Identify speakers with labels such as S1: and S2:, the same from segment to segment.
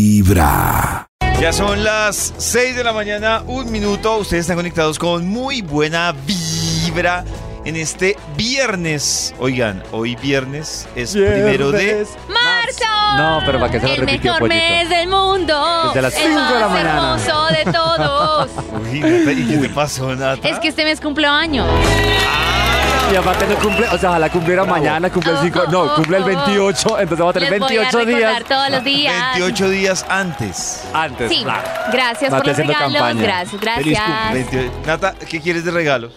S1: Vibra.
S2: Ya son las 6 de la mañana, un minuto. Ustedes están conectados con muy buena vibra en este viernes. Oigan, hoy viernes es primero de.
S3: ¡Marzo!
S4: No, pero ¿para qué se lo
S3: El
S4: repitió,
S3: mejor
S4: pollito?
S3: mes del mundo.
S4: Desde las
S3: el
S4: cinco de
S3: más
S4: la mañana.
S3: hermoso de todos.
S2: Uy, Nata, ¿y qué te pasó, Nata?
S3: es que este mes cumple años.
S4: Y aparte no cumple, o sea, ojalá cumpliera mañana, cumple
S3: Oh,
S4: el 5, no, cumple el 28, entonces va a tener
S3: Les voy a
S4: 28
S3: recordar
S4: días
S3: todos los días.
S2: 28 días antes.
S4: antes.
S3: Sí,
S4: claro.
S3: gracias
S4: No,
S3: por
S4: te
S3: los
S4: haciendo
S3: regalos.
S4: campaña.
S3: Gracias,
S2: Feliz cumple,
S3: gracias.
S2: 28. Nata, ¿qué quieres de regalo?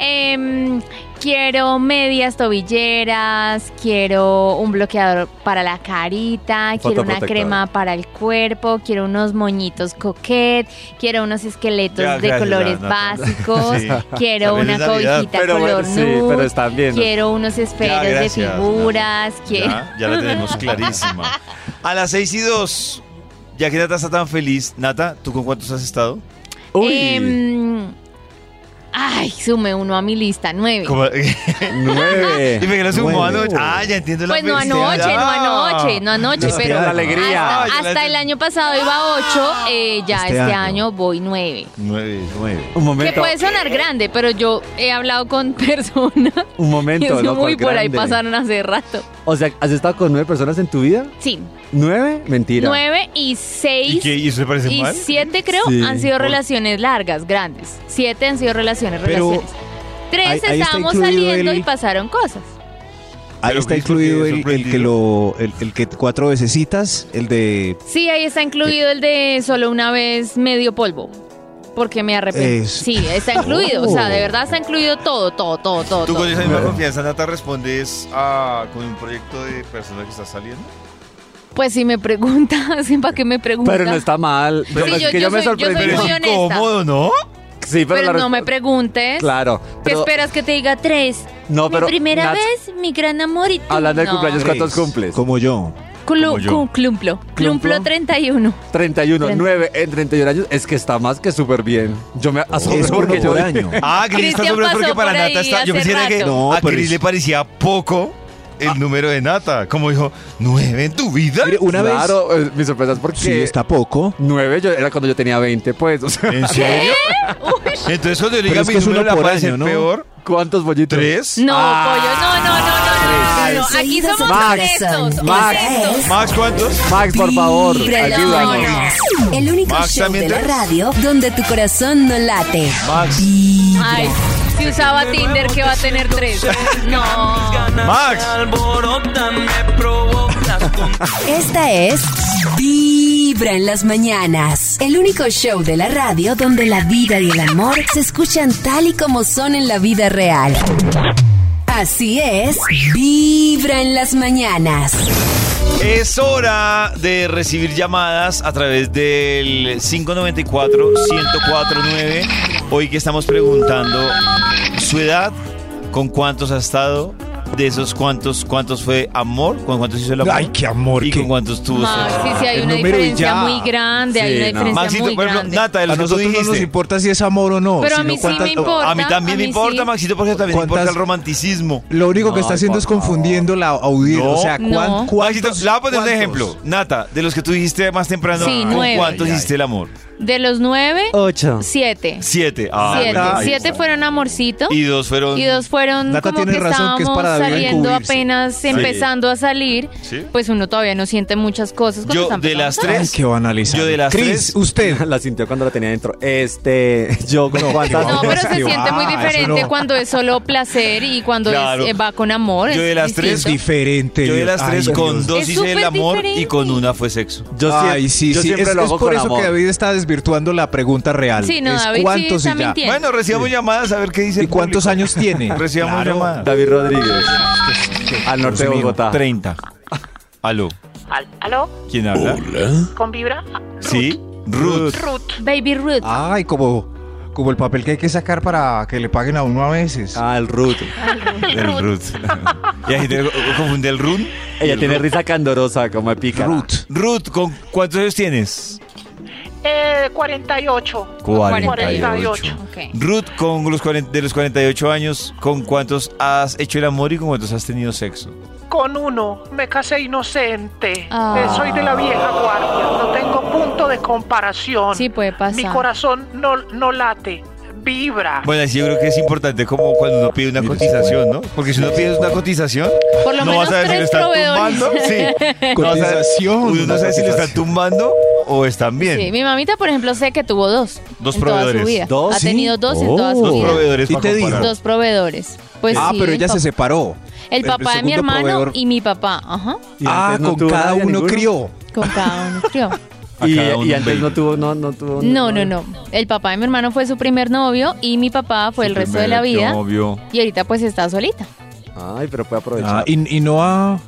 S3: Em, quiero medias tobilleras, quiero un bloqueador para la carita, quiero una
S4: Fotoprotector.
S3: crema para el cuerpo, quiero unos moñitos coquet, quiero unos esqueletos
S2: Ya,
S3: de
S2: gracias,
S3: colores
S2: Ana.
S3: básicos,
S2: Sí.
S3: quiero
S2: También
S3: una
S2: es Navidad.
S3: cobijita
S4: Pero bueno,
S3: color
S4: sí,
S3: nude,
S4: pero están bien.
S3: quiero unos esferos
S2: Ya,
S3: de
S2: gracias,
S3: figuras, quiero...
S2: Ya, ya la tenemos clarísima. A las 6 y 2, ya que Nata está tan feliz, Nata, ¿tú con cuántos has estado?
S4: Uy,
S3: Em, ay, sume uno a mi lista, nueve.
S2: Como- y
S4: 9.
S2: me quedé sumó
S4: Nueve.
S2: anoche. Ah, ya entiendo la
S3: Pues no anoche,
S2: felicidad.
S3: no anoche, no anoche,
S4: Nos
S3: pero
S4: queda la alegría.
S2: Ah. Ay,
S3: hasta, hasta el año pasado iba 8, ya este,
S2: Este año.
S3: año. voy 9.
S2: Nueve, nueve.
S4: Un
S3: Que pues,
S4: momento,
S3: puede sonar grande, pero yo he hablado con personas
S4: un
S3: y
S4: momento,
S3: eso
S4: no
S3: muy
S4: ¿Cuál
S3: por ahí
S4: grande?
S3: pasaron hace rato.
S4: O sea, ¿has estado con nueve personas en tu vida?
S3: Sí,
S4: ¿Nueve? Mentira.
S3: 9 y 6
S2: qué?
S3: y,
S2: eso le parece
S3: 7 creo
S4: Sí.
S3: han sido relaciones largas, grandes. 7 han sido relaciones,
S5: Pero
S3: relaciones. 3
S5: ahí- ahí está
S3: estábamos
S5: incluido
S3: saliendo
S5: el-
S3: y pasaron cosas.
S5: Ahí
S2: Pero
S5: está
S2: Cristo quedó
S5: incluido el, el que
S2: sorprendido.
S5: lo el, el que cuatro veces citas, el de
S3: Sí, ahí está incluido el de solo una vez medio polvo. Porque me arrepentí.
S5: Es-
S3: Sí, está incluido. O sea, de verdad está incluido todo, todo, todo, todo.
S2: ¿Tú
S3: todo.
S2: con esa misma confianza, Nata, respondes a, con un proyecto de persona que está saliendo?
S3: Pues si me preguntas, ¿para qué me preguntas?
S4: Pero no está mal.
S3: Sí,
S4: es
S3: yo-
S4: que
S3: yo
S4: me
S3: soy- yo soy
S4: sorprendí.
S3: muy
S2: es
S3: honesta.
S2: incómodo, ¿no?
S4: sí, pero,
S3: Pero
S4: la
S3: no
S4: resp-
S3: me preguntes.
S4: Claro.
S3: ¿Qué
S4: pero-
S3: esperas que te diga tres?
S4: No, pero
S3: mi primera
S4: Nat,
S3: vez, mi gran amor y tú.
S4: Hablando de
S3: No.
S4: cumpleaños, ¿cuántos
S5: tres,
S4: cumples?
S5: Como yo.
S3: Clu-
S2: como yo.
S3: cu- clumplo. Clumplo 31.
S4: 31,
S3: Treinta.
S4: 9 en 31 años, es que está más que súper bien. Yo me asombro
S5: es
S4: porque
S5: uno
S4: yo
S5: por año.
S2: Ah, Cris está
S3: Cristian
S2: sobre
S3: pasó
S2: porque para
S3: por ahí
S2: Nata está. Yo
S3: hace
S2: pensaba que
S3: rato.
S2: no,
S5: No,
S2: a
S5: pero
S2: Cris
S5: es- Ah.
S2: le parecía poco el número de Nata. Como dijo, ¿nueve en tu vida?
S5: Mire, una vez
S4: Claro, eh, mi sorpresa es porque
S5: sí está poco.
S4: 9 yo, era cuando yo tenía 20, pues. O sea,
S2: ¿En serio? Entonces, cuando yo le diga
S5: Pero es
S2: mi
S5: que es
S2: número,
S5: uno
S2: ¿le
S5: por
S2: parece
S5: año, ¿no?
S2: peor?
S4: ¿Cuántos bollitos?
S2: ¿Tres?
S3: No,
S4: Ah.
S3: pollo, no, no, no, no, no, no, no. Aquí somos
S4: Max,
S3: honestos.
S4: Max.
S3: honestos.
S2: ¿Max cuántos?
S4: Max, por favor,
S6: Vibra en las
S4: ayúdanos.
S6: mañanas. El único
S2: Max,
S6: show
S2: ¿también
S6: de la
S2: tres?
S6: radio donde tu corazón no late.
S2: Max.
S3: Ay, si usaba Tinder, que va a tener tres. No.
S2: Max.
S6: Esta es Vibra en las mañanas. El único show de la radio donde la vida y el amor se escuchan tal y como son en la vida real. Así es, Vibra en las mañanas.
S2: Es hora de recibir llamadas a través del 594-1049. Hoy que estamos preguntando su edad, con cuántos ha estado, de esos cuántos, cuántos fue amor, con cuántos hizo el amor.
S5: Ay, qué amor,
S2: Y
S5: qué-
S2: con cuántos tuvo
S3: Max,
S2: sexo.
S3: sí, sí, hay
S5: El
S3: una
S5: número y
S3: diferencia
S5: ya.
S3: muy grande, hay
S4: Sí,
S3: una
S4: no.
S3: diferencia
S2: Maxito,
S3: muy
S2: por ejemplo,
S3: grande.
S2: Nata, de
S5: A
S2: los que tú
S5: nosotros no nos
S2: dijiste.
S5: importa si es amor o no.
S3: Pero a
S5: sino
S3: mí sí
S5: cuántas-
S3: me importa.
S2: A mí también
S3: a
S2: me
S3: mí
S2: importa,
S3: sí.
S2: Maxito, porque también me
S5: ¿Cuántas-
S2: importa el romanticismo.
S5: Lo único que
S4: Ay,
S5: está haciendo
S4: por
S5: es confundiendo la audiencia.
S2: No.
S5: o sea, ¿cuán-
S3: No.
S2: Maxito,
S5: cuántos-
S2: le voy a poner un
S5: cuántos?
S2: ejemplo. Nata, de los que tú dijiste más temprano,
S3: Sí,
S2: ¿con
S3: nueve.
S2: cuántos
S5: Ay, ay.
S2: hiciste el amor?
S3: De los nueve,
S4: 8.
S3: siete.
S2: Siete. Oh. Ah,
S3: siete.
S2: bueno, ahí
S3: Siete
S2: está.
S3: fueron amorcito.
S2: Y dos fueron.
S3: Y dos fueron
S5: Nata
S3: como
S5: tiene
S3: que
S5: razón, que es
S3: estábamos
S5: para David
S3: saliendo
S5: encubrirse.
S3: apenas empezando a salir,
S2: Sí.
S3: pues uno todavía no siente muchas cosas. cuando
S2: Yo
S3: están
S2: de las
S3: empezando a
S2: tres.
S5: Ay, qué banalizado.
S2: Yo de las
S5: Cris,
S2: tres.
S5: usted.
S4: La sintió cuando la tenía dentro. Este, yo con cuántas.
S3: No, pero se
S5: Qué
S3: siente muy
S5: va, eso
S3: diferente
S5: no.
S3: cuando es solo placer y cuando es,
S2: Claro.
S3: eh, va con amor.
S2: Yo
S3: es
S2: de las tres
S5: Es
S3: distinto.
S5: diferente.
S2: Yo de las
S5: Ay,
S2: tres,
S5: Dios.
S2: con dos
S3: Es
S2: hice el
S3: súper
S2: amor y con
S3: diferente.
S2: una fue sexo.
S4: Yo, sie-
S5: Ay, sí,
S4: yo
S5: sí.
S4: siempre
S5: es,
S4: lo
S5: es
S4: hago
S5: por
S4: con
S5: eso
S4: amor.
S5: que David está desvirtuando la pregunta real.
S3: Sí, no,
S5: Es
S3: David sí
S5: ¿Cuántos
S3: está
S5: y ya?
S3: mintiendo. Bien.
S2: Bueno, recibamos llamadas a ver qué dice.
S5: ¿Y
S2: el
S5: cuántos
S2: público.
S5: años tiene?
S2: Recibamos
S5: Claro.
S2: llamadas.
S4: David Rodríguez. Al norte de
S5: Dios mío.
S4: Bogotá.
S2: 30. Aló.
S7: Al- ¿Aló?
S2: ¿Quién habla?
S7: ¿Con vibra?
S2: Sí. Ruth.
S7: Ruth.
S3: Baby Ruth.
S2: Ah.
S5: Ay, como, como el papel que hay que sacar para que le paguen a uno a veces.
S4: Ah, el Ruth.
S2: El Ruth. y ahí te confundí el Ruth.
S4: Ella tiene risa candorosa, como de pícara.
S5: Ruth.
S2: Ruth, ¿con cuántos años tienes?
S7: Eh, 48. 48.
S3: Ok.
S2: Ruth, con los 40 de los 48 años, ¿con cuántos has hecho el amor y con cuántos has tenido sexo?
S7: con uno. Me casé inocente.
S3: Ah.
S7: Eh, soy de la vieja guardia. No tengo punto de comparación.
S3: Sí, puede pasar.
S7: Mi corazón no, no late, vibra.
S2: Bueno, sí, yo creo que es importante como cuando uno pide una cotización, ¿no? Porque si uno pide una cotización,
S3: Por lo
S2: no
S3: menos
S2: vas a ver si
S3: tres
S2: lo están
S3: proveedores.
S2: tumbando. Sí. No vas a-
S5: Cotización.
S2: uno no sabe si lo están
S5: Cotización.
S2: tumbando o están bien.
S3: Sí, mi mamita, por ejemplo, sé que tuvo dos.
S2: Dos
S3: en Toda
S2: proveedores.
S3: su vida.
S4: ¿Dos?
S3: Ha
S4: ¿Sí?
S3: tenido dos en
S4: Oh.
S3: toda su
S2: Dos
S3: vida.
S2: proveedores
S5: Y
S2: para
S5: te digo.
S2: comparar.
S3: Dos proveedores. Pues
S5: ah,
S3: sí,
S5: pero
S3: el
S5: ella se
S3: pap-
S5: separó.
S3: El papá de mi
S5: segundo
S3: hermano
S5: proveedor.
S3: y mi papá. Ajá.
S5: Ah, con cada uno crió.
S3: Con cada uno, creo.
S2: A
S4: Y,
S2: cada uno
S4: y
S2: un
S4: antes no
S2: baby.
S4: tuvo, no, no tuvo.
S3: No, no, no. El papá de mi hermano fue su primer novio y mi papá fue el resto de la vida.
S2: Obvio.
S3: Y ahorita pues está solita.
S4: Ay, pero puede
S5: Ah,
S4: aprovechar.
S5: y, y no a.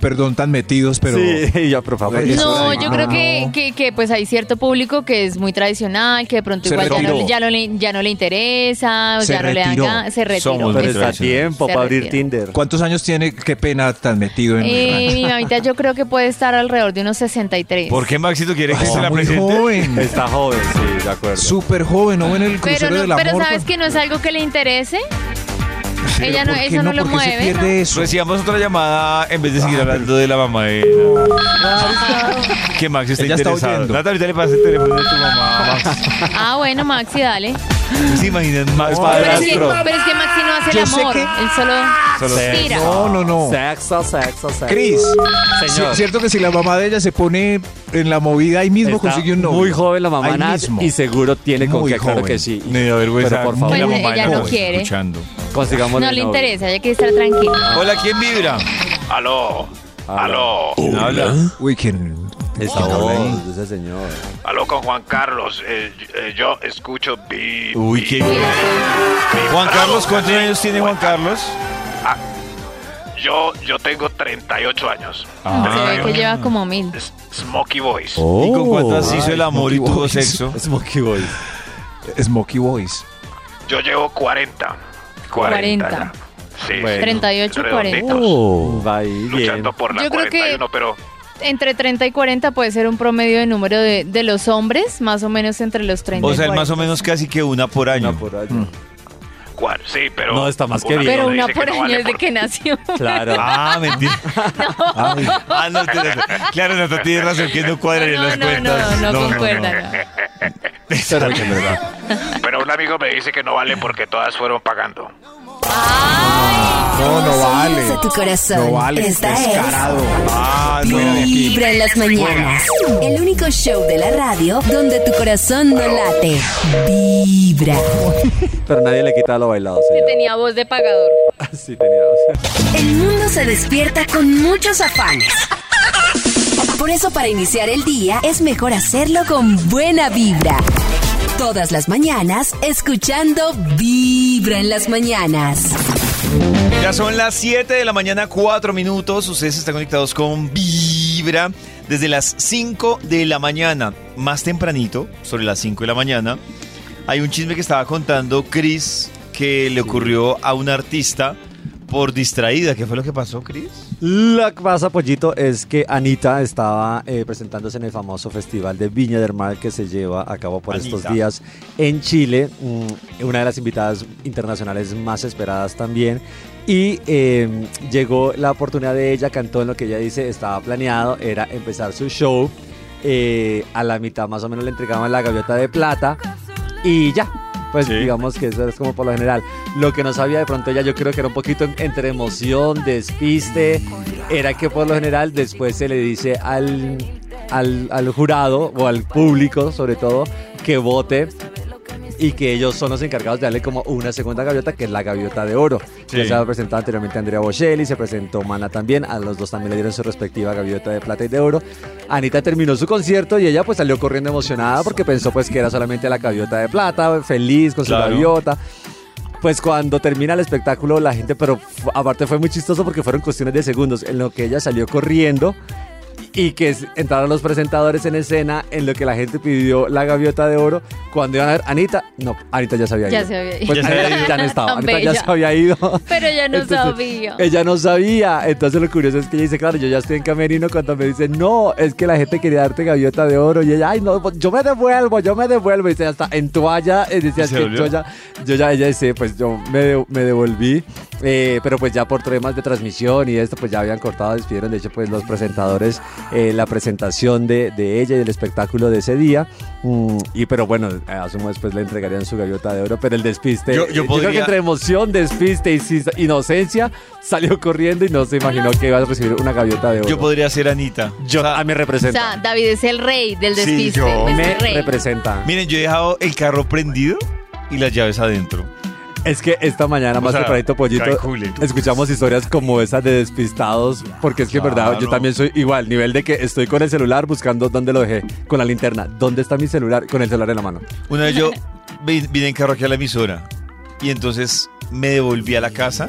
S5: Perdón, tan metidos, pero.
S4: Sí, ya, por favor.
S5: Eso
S3: no,
S5: sí.
S3: yo
S5: Ah,
S3: creo que, que, que, pues hay cierto público que es muy tradicional, que de pronto
S5: Se
S3: igual ya no,
S5: retiró.
S3: ya, no le, ya no le interesa, o
S5: Se
S3: ya no le
S5: retiró.
S3: dan ganas, se retiró.
S2: Somos
S4: Pero está a
S2: tradicionales.
S4: tiempo
S3: Se
S4: para abrir
S3: retira.
S4: Tinder.
S5: ¿Cuántos años tiene? Qué pena tan metido en.
S3: Eh, mi mamita yo creo que puede estar alrededor de unos 63.
S2: ¿Por qué Maxito quiere que
S5: Está
S2: se la
S5: Ah, muy
S2: presente?
S5: joven.
S4: Está joven, sí, de acuerdo.
S5: Súper joven, no en el
S3: Pero,
S5: crucero
S3: no-
S5: del amor.
S3: pero sabes que no es algo que le interese.
S5: Pero
S3: ella no-
S5: ¿por qué
S3: eso no lo
S5: ¿Por qué
S3: mueve,
S5: Se pierde eso.
S2: Recibamos otra llamada en vez de seguir
S5: Ah,
S2: hablando de la mamá de que Max está
S5: Ella está
S2: interesado.
S5: oyendo.
S2: Nata, ahorita le pasé el teléfono de tu mamá. Max.
S3: Ah, bueno, Maxi, dale.
S2: ¿Se imaginan Max
S3: Pero es, que,
S2: padrastro?
S3: pero es que Maxi no hace
S5: Yo
S3: el
S5: sé
S3: amor,
S5: que- Eh,
S3: él solo,
S2: Solo
S3: tira.
S5: No, no, no.
S4: Sexo, sexo, sexo.
S5: Cris,
S4: Señor.
S5: es cierto que si la mamá de ella se pone en la movida ahí mismo
S4: Está
S5: consigue un novio.
S4: Muy joven la mamá
S5: Ahí
S4: Nat,
S5: mismo.
S4: y seguro tiene con
S5: Muy
S4: qué, claro
S5: joven.
S4: que sí.
S2: Me da vergüenza.
S4: Pero por favor.
S2: la
S3: Pues
S2: mamá de
S3: ella
S2: la
S3: no
S2: joven
S3: quiere.
S2: Escuchando.
S4: Consigamos
S3: No le interesa, ella quiere estar tranquila.
S2: Hola, ¿quién vibra?
S1: Aló, aló,
S2: ¿Quién habla?
S5: Uy, ¿quién?
S4: Esa
S5: Hola.
S4: voz, ese señor.
S1: aló con Juan Carlos. Eh, eh, yo escucho vi-
S2: Uy, qué bien. Juan Carlos, ¿cuántos años tiene Juan Carlos?
S1: Yo, yo tengo 38 años.
S3: Se ve que lleva como mil.
S1: S- Smokey Boys.
S2: ¿Y con cuántas
S4: Oh,
S2: hizo el amor y
S5: Smokey
S2: tuvo
S5: Boys.
S2: sexo?
S4: Smokey Boys.
S5: Smokey Boys.
S1: Yo llevo 40.
S3: 40.
S1: ya. Sí,
S4: Bueno.
S3: 38 y 40.
S1: Redonditos,
S2: Oh,
S4: Va ahí, bien.
S1: Luchando por la
S3: Yo creo que-
S1: 41, pero
S3: Entre 30 y 40 puede ser un promedio de número de, de los hombres, más o menos entre los 30
S2: O
S3: y
S2: sea, él
S3: 40.
S2: más o menos casi que una por año.
S4: Una por allá.
S5: Mm.
S1: cua- sí, pero
S4: No, está más
S1: un
S4: que
S1: amigo
S4: bien.
S3: Pero
S1: me
S3: una
S1: dice
S3: por
S1: no
S3: año
S1: vale
S3: desde
S1: por-
S3: que nació.
S4: Claro.
S2: Ah, mentira. Ay. Ah, no, tienes- claro, Nata tiene razón que no cuadran en
S3: no,
S2: las
S3: no,
S2: cuentas.
S3: no, no, concuerda. no.
S4: Pero que en verdad.
S1: Pero un amigo me dice que no vale porque todas fueron pagando.
S5: No, no vale.
S6: a tu corazón.
S5: No vale.
S6: Esta
S5: descarado. Ah,
S6: es
S5: fuera de aquí.
S6: Vibra en las mañanas. El único show de la radio donde tu corazón no late. Vibra.
S4: Pero nadie le quita lo bailado,
S3: Que
S4: señor.
S3: tenía voz de pagador.
S4: Sí, tenía.
S6: El mundo se despierta con muchos afanes. Por eso para iniciar el día es mejor hacerlo con buena vibra. Todas las mañanas escuchando Vibra en las mañanas.
S2: Ya son las 7 de la mañana, 4 minutos. Ustedes están conectados con Vibra desde las 5 de la mañana. Más tempranito, sobre las 5 de la mañana, hay un chisme que estaba contando Chris que le ocurrió a un artista por distraída. ¿Qué fue lo que pasó, Chris?
S4: Lo que pasa, Pollito, es que Anita estaba eh, presentándose en el famoso festival de Viña del Mar que se lleva a cabo por
S2: Anita.
S4: estos días en Chile. Mm, una de las invitadas internacionales más esperadas también. Y eh, llegó la oportunidad de ella, cantó en lo que ella dice estaba planeado, era empezar su show. Eh, a la mitad más o menos le entregaban la gaviota de plata y ya. Pues
S2: Sí.
S4: digamos que eso es como por lo general. Lo que no sabía de pronto ella, yo creo que era un poquito en- entre emoción, despiste, era que por lo general después se le dice al, al, al jurado o al público sobre todo que vote y que ellos son los encargados de darle como una segunda gaviota que es la gaviota de oro.
S2: Sí.
S4: Ya se había presentado anteriormente Andrea Bocelli, se presentó Mana también, a los dos también le dieron su respectiva gaviota de plata y de oro. Anita terminó su concierto y ella pues salió corriendo emocionada porque pensó pues que era solamente la gaviota de plata, feliz con
S2: Claro.
S4: su gaviota. Pues cuando termina el espectáculo, la gente, pero f- aparte fue muy chistoso porque fueron cuestiones de segundos en lo que ella salió corriendo y que s- entraron los presentadores en escena en lo que la gente pidió la gaviota de oro. Cuando iban a ver, Anita, no, Anita ya se había ido.
S3: Ya se había ido.
S4: Pues
S2: Ya se
S4: Anita
S2: había ido.
S4: ya no estaba,
S3: Tan
S4: Anita ya
S3: bella.
S4: se había ido.
S3: Pero ella no
S4: Entonces,
S3: sabía.
S4: Ella no sabía. Entonces lo curioso es que ella dice, claro, yo ya estoy en camerino cuando me dicen, no, es que la gente quería darte gaviota de oro. Y ella, ay, no, yo me devuelvo, yo me devuelvo. Y dice, hasta en toalla, y dice,
S2: ¿Y
S4: "Es
S2: se
S4: que
S2: volvió?
S4: yo ya, yo ya, ella dice, pues yo me, de- me devolví. Eh, pero pues ya por temas de transmisión y esto, pues ya habían cortado, despidieron, de hecho, pues los presentadores, eh, la presentación de, de ella y del espectáculo de ese día. Mm, y pero bueno, eh, asumo después le entregarían su gaviota de oro, pero el despiste,
S2: Yo- yo
S4: creo que
S2: podría-
S4: entre emoción, despiste y sin- inocencia, salió corriendo y no se imaginó que iba a recibir una gaviota de oro.
S2: Yo podría ser Anita.
S4: Yo-
S2: O sea,
S4: ah, me
S3: O
S4: representa.
S3: sea, David es el rey del
S2: Sí,
S3: despiste.
S2: yo-
S3: es
S4: me
S3: el rey.
S4: representa.
S2: Miren, yo he dejado el carro prendido y las llaves adentro.
S4: Es que esta mañana, más
S2: sea,
S4: tempranito, pollito,
S2: calcule.
S4: escuchamos historias como esas de despistados, porque es que, en verdad, yo
S2: Claro.
S4: también soy igual, nivel de que estoy con el celular buscando dónde lo dejé, con la linterna, dónde está mi celular, con el celular en la mano.
S2: Una vez yo vi- vine en carro aquí a la emisora y entonces me devolví a la casa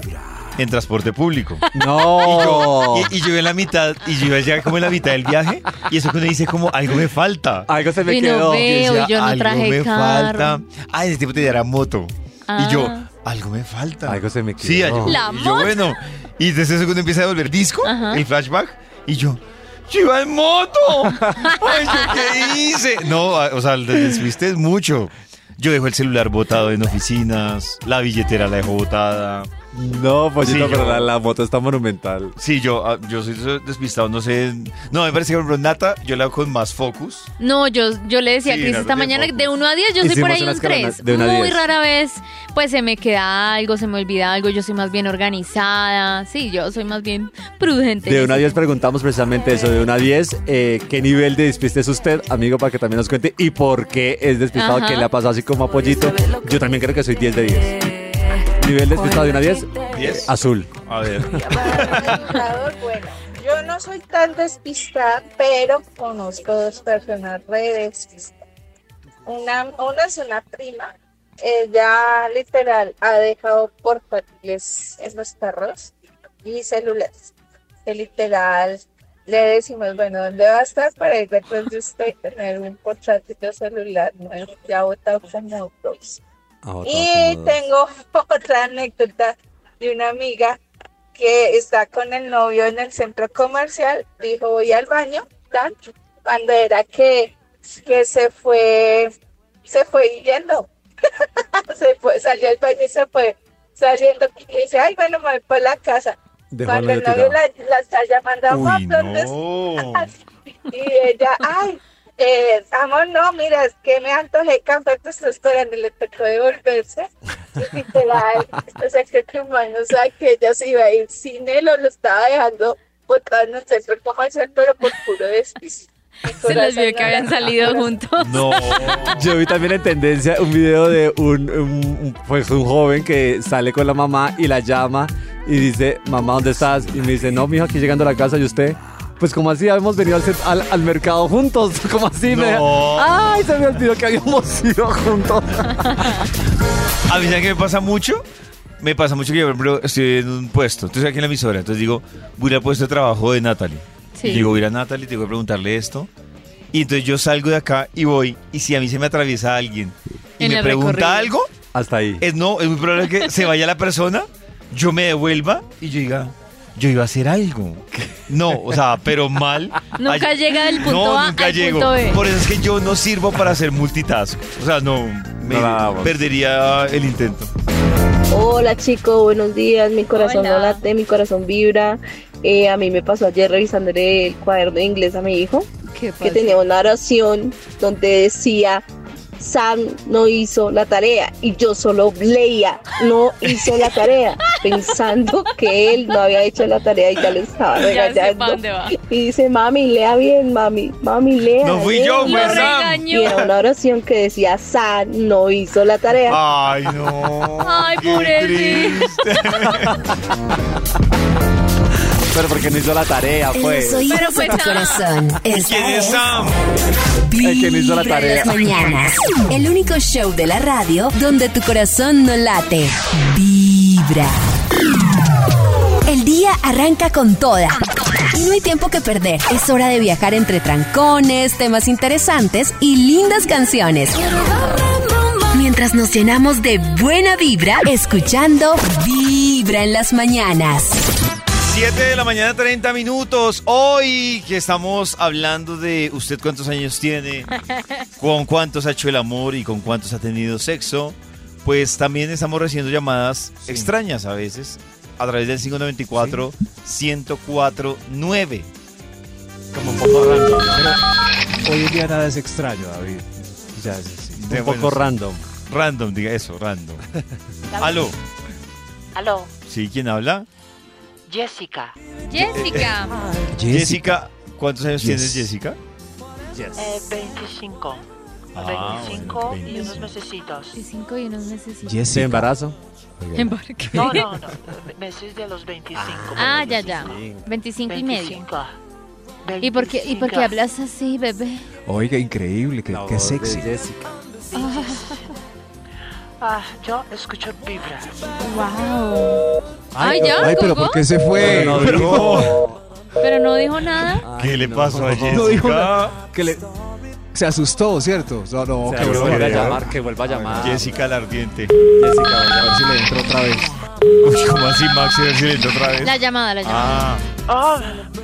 S2: en transporte público.
S3: Oh.
S4: No.
S2: Y, y yo iba en la mitad, y yo iba ya como en la mitad del viaje, y eso que uno dice como, algo me falta.
S4: Algo se me
S3: Y no
S4: quedó.
S3: ve. Veo, yo no
S2: algo
S3: traje
S2: me
S3: carro".
S2: falta. Ah, ese tipo te dará moto.
S3: Ah.
S2: Y yo, algo me falta.
S4: Algo se me quedó.
S2: Sí, yo,
S3: La
S2: y yo,
S3: moto.
S2: bueno. Y desde eso cuando empieza a devolver disco,
S3: Ajá.
S2: el flashback, y yo, yo iba en moto. Ay, ¿yo qué hice? No, a- o sea, el despiste es mucho. Yo dejo el celular botado en oficinas, la billetera la dejo botada.
S4: No, pollito,
S2: Sí, yo-
S4: pero la, la moto está monumental.
S2: Sí, yo, ah, yo soy despistado, no sé. No, me parece que por ejemplo, Nata, yo la hago con más focus.
S3: No, yo, yo le decía a
S2: Sí,
S3: Cris
S2: no,
S3: esta
S2: de
S3: mañana
S2: focus.
S3: de 1 a 10, yo soy
S4: Hicimos
S3: por ahí
S4: unas
S3: un
S4: escala
S3: 3.
S4: de uno a
S3: Muy
S4: diez.
S3: rara vez, pues se me queda algo, se me olvida algo, yo soy más bien organizada. Sí, yo soy más bien prudente.
S4: De 1 a 10 preguntamos precisamente eso, de 1 a 10, eh, ¿qué nivel de despiste es usted, amigo, para que también nos cuente y por qué es despistado,
S3: Ajá.
S4: qué le ha pasado así como a Pollito? Yo también creo que soy 10 de 10. Nivel despistado de 1 a 10,
S2: ¿Diez?
S4: azul.
S2: A ver.
S8: bueno, yo no soy tan despistada, pero conozco dos personas re despistadas. Una, una es una prima, ella literal ha dejado portátiles en los carros y celulares. Que literal le decimos, bueno, ¿dónde va a estar para ir detrás de usted y tener un portátil o celular? No, ya botado como dos.
S4: Ah, otro,
S8: Y
S4: otro.
S8: tengo otra anécdota de una amiga que está con el novio en el centro comercial, dijo voy al baño, tal, cuando era que, que se fue, se fue yendo, se fue, salió al baño y se fue saliendo, y dice, ay bueno, me voy para la casa,
S4: Dejó al
S8: cuando el
S4: novio
S8: novio
S4: tirado.
S8: la, la está llamando amor,
S2: Uy,
S8: ¿dónde
S2: no.
S8: estás?". Y ella, ay, eh, amor, no, mira, es que me antojé café, te estoy esperando, y le tocó devolverse. Y literal, o sea, creo que humano, o sea, que ella se iba a ir sin él o lo estaba dejando botado en el centro comercial, pero por puro despiste. Mi
S3: Se les
S8: corazón
S3: vio que habían
S8: no era-
S3: salido
S8: corazón
S3: juntos.
S2: No.
S4: Yo vi también en tendencia un video de un, un- un- pues un joven que sale con la mamá y la llama y dice, mamá, ¿dónde estás? Y me dice, no, mijo, aquí llegando a la casa y usted. Pues como así, hemos venido al, cen- al- al mercado juntos, como así. me-
S2: No.
S4: Ay, se me olvidó que habíamos ido juntos.
S2: A mí, ¿sabes qué me pasa mucho? Me pasa mucho que yo, por ejemplo, estoy en un puesto. Entonces, aquí en la emisora. Entonces digo, voy a ir al puesto de trabajo de Natalie.
S3: Sí.
S2: Y digo, voy a ir a Natalie, tengo que preguntarle esto. Y entonces yo salgo de acá y voy. Y si a mí se me atraviesa alguien y
S3: En
S2: me
S3: el
S2: pregunta
S3: recorrido.
S2: algo,
S4: Hasta ahí.
S2: es no, es muy probable que se vaya la persona, yo me devuelva y yo diga, yo iba a hacer algo. No, o sea, pero mal.
S3: Nunca
S2: Ay,
S3: llega del punto
S2: no,
S3: A
S2: nunca
S3: al
S2: llego.
S3: punto B.
S2: Por eso es que yo no sirvo para hacer multitask. O sea, no, me
S4: Vamos.
S2: perdería el intento.
S9: Hola chicos, buenos días. Mi corazón
S3: Hola.
S9: no late, mi corazón vibra. Eh, a mí me pasó ayer revisándole el cuaderno de inglés a mi hijo,
S3: ¿Qué
S9: que
S3: pasa?
S9: tenía una oración donde decía, Sam no hizo la tarea y yo solo leía, no hizo la tarea, pensando que él no había hecho la tarea y ya lo estaba
S3: Ya sé pa'
S9: regañando.
S3: dónde va.
S9: Y dice, mami, lea bien, mami, mami, lea.
S2: No fui
S9: lea".
S2: yo,
S3: Lo
S2: Pues, Sam.
S9: Y era
S3: regañó.
S9: una oración que decía, Sam no hizo la tarea.
S2: Ay, no.
S3: Ay,
S2: qué
S3: pobrecito.
S2: triste.
S4: Pero porque no hizo la tarea,
S6: En
S4: pues.
S6: los
S3: Pero
S6: oídos de
S3: fue
S6: tu
S3: Sam.
S6: corazón. Esta
S2: ¿Quién es Sam?
S4: El que no hizo la
S6: Vibra
S4: tarea.
S6: en las mañanas. El único show de la radio donde tu corazón no late. Vibra. El día arranca con toda. Y no hay tiempo que perder. Es hora de viajar entre trancones, temas interesantes y lindas canciones. Mientras nos llenamos de buena vibra, escuchando Vibra en las mañanas.
S2: 7 de la mañana, 30 minutos. Hoy que estamos hablando de usted cuántos años tiene, con cuántos ha hecho el amor y con cuántos ha tenido sexo, pues también estamos recibiendo llamadas extrañas a veces a través del 594-1049.
S5: Como un poco random. Pero hoy en día nada es extraño, David. Ya es así.
S4: Un poco random.
S2: Random, diga eso, random. Aló.
S10: Aló,
S2: ¿Sí? ¿Quién habla?
S10: Jessica.
S3: Jessica.
S2: Jessica. ¿Cuántos años
S5: Yes.
S2: tienes, Jessica?
S10: Eh, 25.
S2: Ah,
S10: 25
S2: bueno,
S10: y unos
S2: 25.
S10: mesecitos.
S3: Y cinco y unos meses.
S4: ¿Se
S5: Jessica.
S4: embarazo?
S3: Embarque.
S10: No, no, no. Meses de los 25.
S3: Ah, ya, ya. 25 y medio. ¿Y por qué, ¿Y por qué hablas así, bebé?
S5: Oiga, increíble, qué,
S4: La
S5: qué
S4: voz de
S5: sexy.
S4: Jessica.
S10: Ah, yo escucho vibra.
S3: ¡Wow! Ay, ya,
S5: Ay, pero
S3: colgó.
S5: ¿por qué se fue?
S4: Pero no
S5: Colgó.
S3: Pero no dijo nada.
S4: Ay,
S2: ¿Qué le
S4: no.
S2: pasó a Jessica?
S5: No dijo nada. Que le- Se asustó, ¿cierto? No, no,
S4: O sea,
S5: que
S4: que
S5: vuelva
S4: vuelva a
S5: a llamar.
S4: llamar, que vuelva a llamar.
S2: Jessica la ardiente.
S4: Jessica, vuelva
S5: A ver si le entra otra vez.
S2: Uy, ¿cómo así, Max? ¿Se silencio otra vez?
S3: La llamada, la llamada.
S2: Ah,
S10: Oh,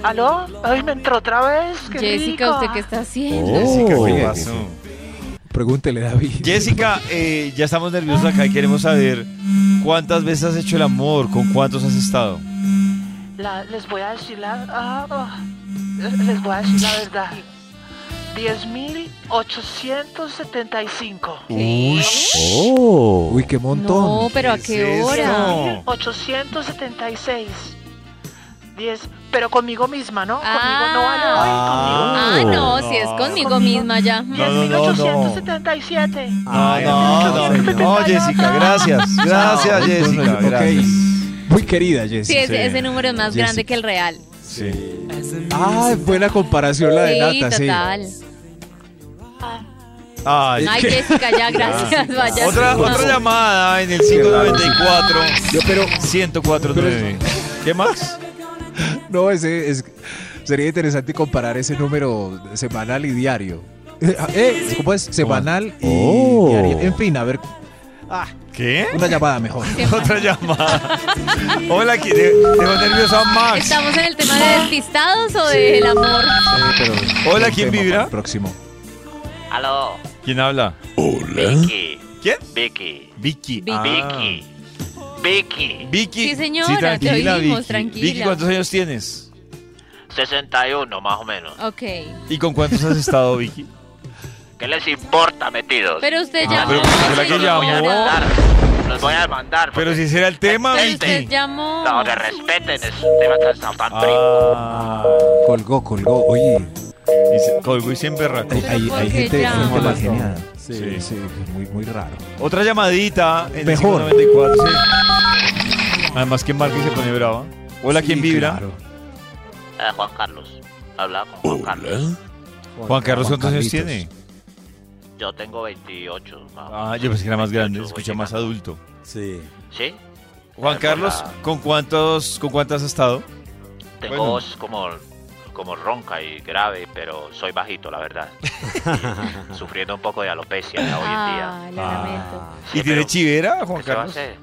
S10: ¿aló? Ay, me entró otra vez. Qué
S3: Jessica,
S10: rico.
S3: ¿usted qué está haciendo?
S2: Jessica,
S5: Oh.
S2: ¿qué pasó?
S5: Pregúntele, David.
S2: Jessica, eh, ya estamos nerviosos acá y queremos saber cuántas veces has hecho el amor, con cuántos has estado.
S10: La- les voy a decir la. ah, ah, les voy a decir la verdad. 10.875.
S5: Uy, qué montón.
S3: No, pero ¿a
S2: ¿Qué
S3: qué
S2: es
S3: hora?
S2: esto?
S10: 876. 10, pero conmigo misma, ¿no?
S3: Ah.
S10: Conmigo no van
S3: Ah,
S10: a
S3: no, si es
S2: No.
S3: conmigo misma ya.
S2: No, no, no, no.
S10: 10.877.
S2: No,
S4: Ay,
S2: no, no, no, no, Jessica, gracias. Gracias, Jessica.
S5: Ok.
S2: Gracias.
S5: Muy querida, Jessica.
S3: Sí, ese, ese número es más
S5: Jessica.
S3: grande que el real.
S2: Sí.
S5: Ah, buena comparación la de
S3: Sí,
S5: Nata, sí.
S3: total.
S2: Ay,
S3: Ay,
S2: Eh, qué-
S3: Jessica, ya, gracias. Vaya.
S2: otra,
S3: suma.
S2: otra llamada en el
S5: raro,
S2: 594
S5: Yo, pero
S2: 1049. ¿Qué, Max?
S5: no, ese es, sería interesante comparar ese número semanal y diario. Eh, eh, ¿Cómo es? Semanal y diario. En fin, a ver,
S2: ¿Qué?
S5: una llamada mejor.
S2: Otra llamada. Hola, ¿qui- de- dejó nervioso a Max.
S3: ¿Estamos en el tema de despistados o del amor?
S2: Hola, ¿quién vibra?
S5: Próximo.
S7: Aló,
S2: ¿Quién habla?
S7: Vicky,
S2: ¿Quién?
S7: Vicky,
S2: Vicky.
S3: Vicky.
S2: Ah.
S7: Vicky,
S2: Vicky.
S3: Sí, señora, te oímos, tranquila.
S2: Vicky, ¿cuántos años tienes?
S7: 61 más o menos.
S3: Ok.
S2: ¿Y con cuántos has estado, Vicky?
S7: ¿Qué les importa, metidos?
S3: Pero usted
S2: Ah,
S3: llamó.
S2: pero ¿por qué la que
S3: señora.
S7: los voy a
S2: llamó?
S7: demandar, los voy a demandar.
S2: Pero
S7: porque-
S2: si ese era el tema,
S3: Pero
S2: Vicky.
S3: usted llamó.
S7: No, que respeten, es un tema tan saltante.
S2: Ah,
S5: Colgó, colgó. Oye,
S2: y se- colgó y se emberracó.
S5: hay, hay- hay
S3: Porque
S5: gente,
S3: ya.
S5: gente
S2: Colgó.
S5: mal geniada.
S4: Sí.
S5: Sí, sí, muy, muy raro.
S2: Otra llamadita en
S5: Mejor.
S2: el 594, sí. Además que Marky se pone brava. Hola, ¿quién
S5: Sí,
S2: vibra?
S5: claro.
S2: Ah.
S7: Eh, Juan Carlos, habla con Juan Carlos.
S2: Juan Carlos,
S5: Juan
S2: ¿cuántos años
S5: Carlitos.
S2: tiene?
S7: Yo tengo 28. más o
S2: Ah,
S7: menos.
S2: yo pensé que era más grande,
S7: 28,
S2: escucha más adulto.
S4: Sí.
S7: Sí,
S2: Juan
S7: Eh,
S2: Carlos,
S7: hola.
S2: ¿con cuántos, con cuántas has estado?
S7: tengo
S2: Bueno.
S7: voz como, como ronca y grave, pero soy bajito, la verdad. Y Sufriendo un poco de alopecia hoy en día.
S3: Ah, lo lamento.
S7: Sí,
S2: ¿Y tiene
S7: pero,
S2: chivera, Juan
S7: ¿qué se va a
S2: Carlos?
S7: hacer?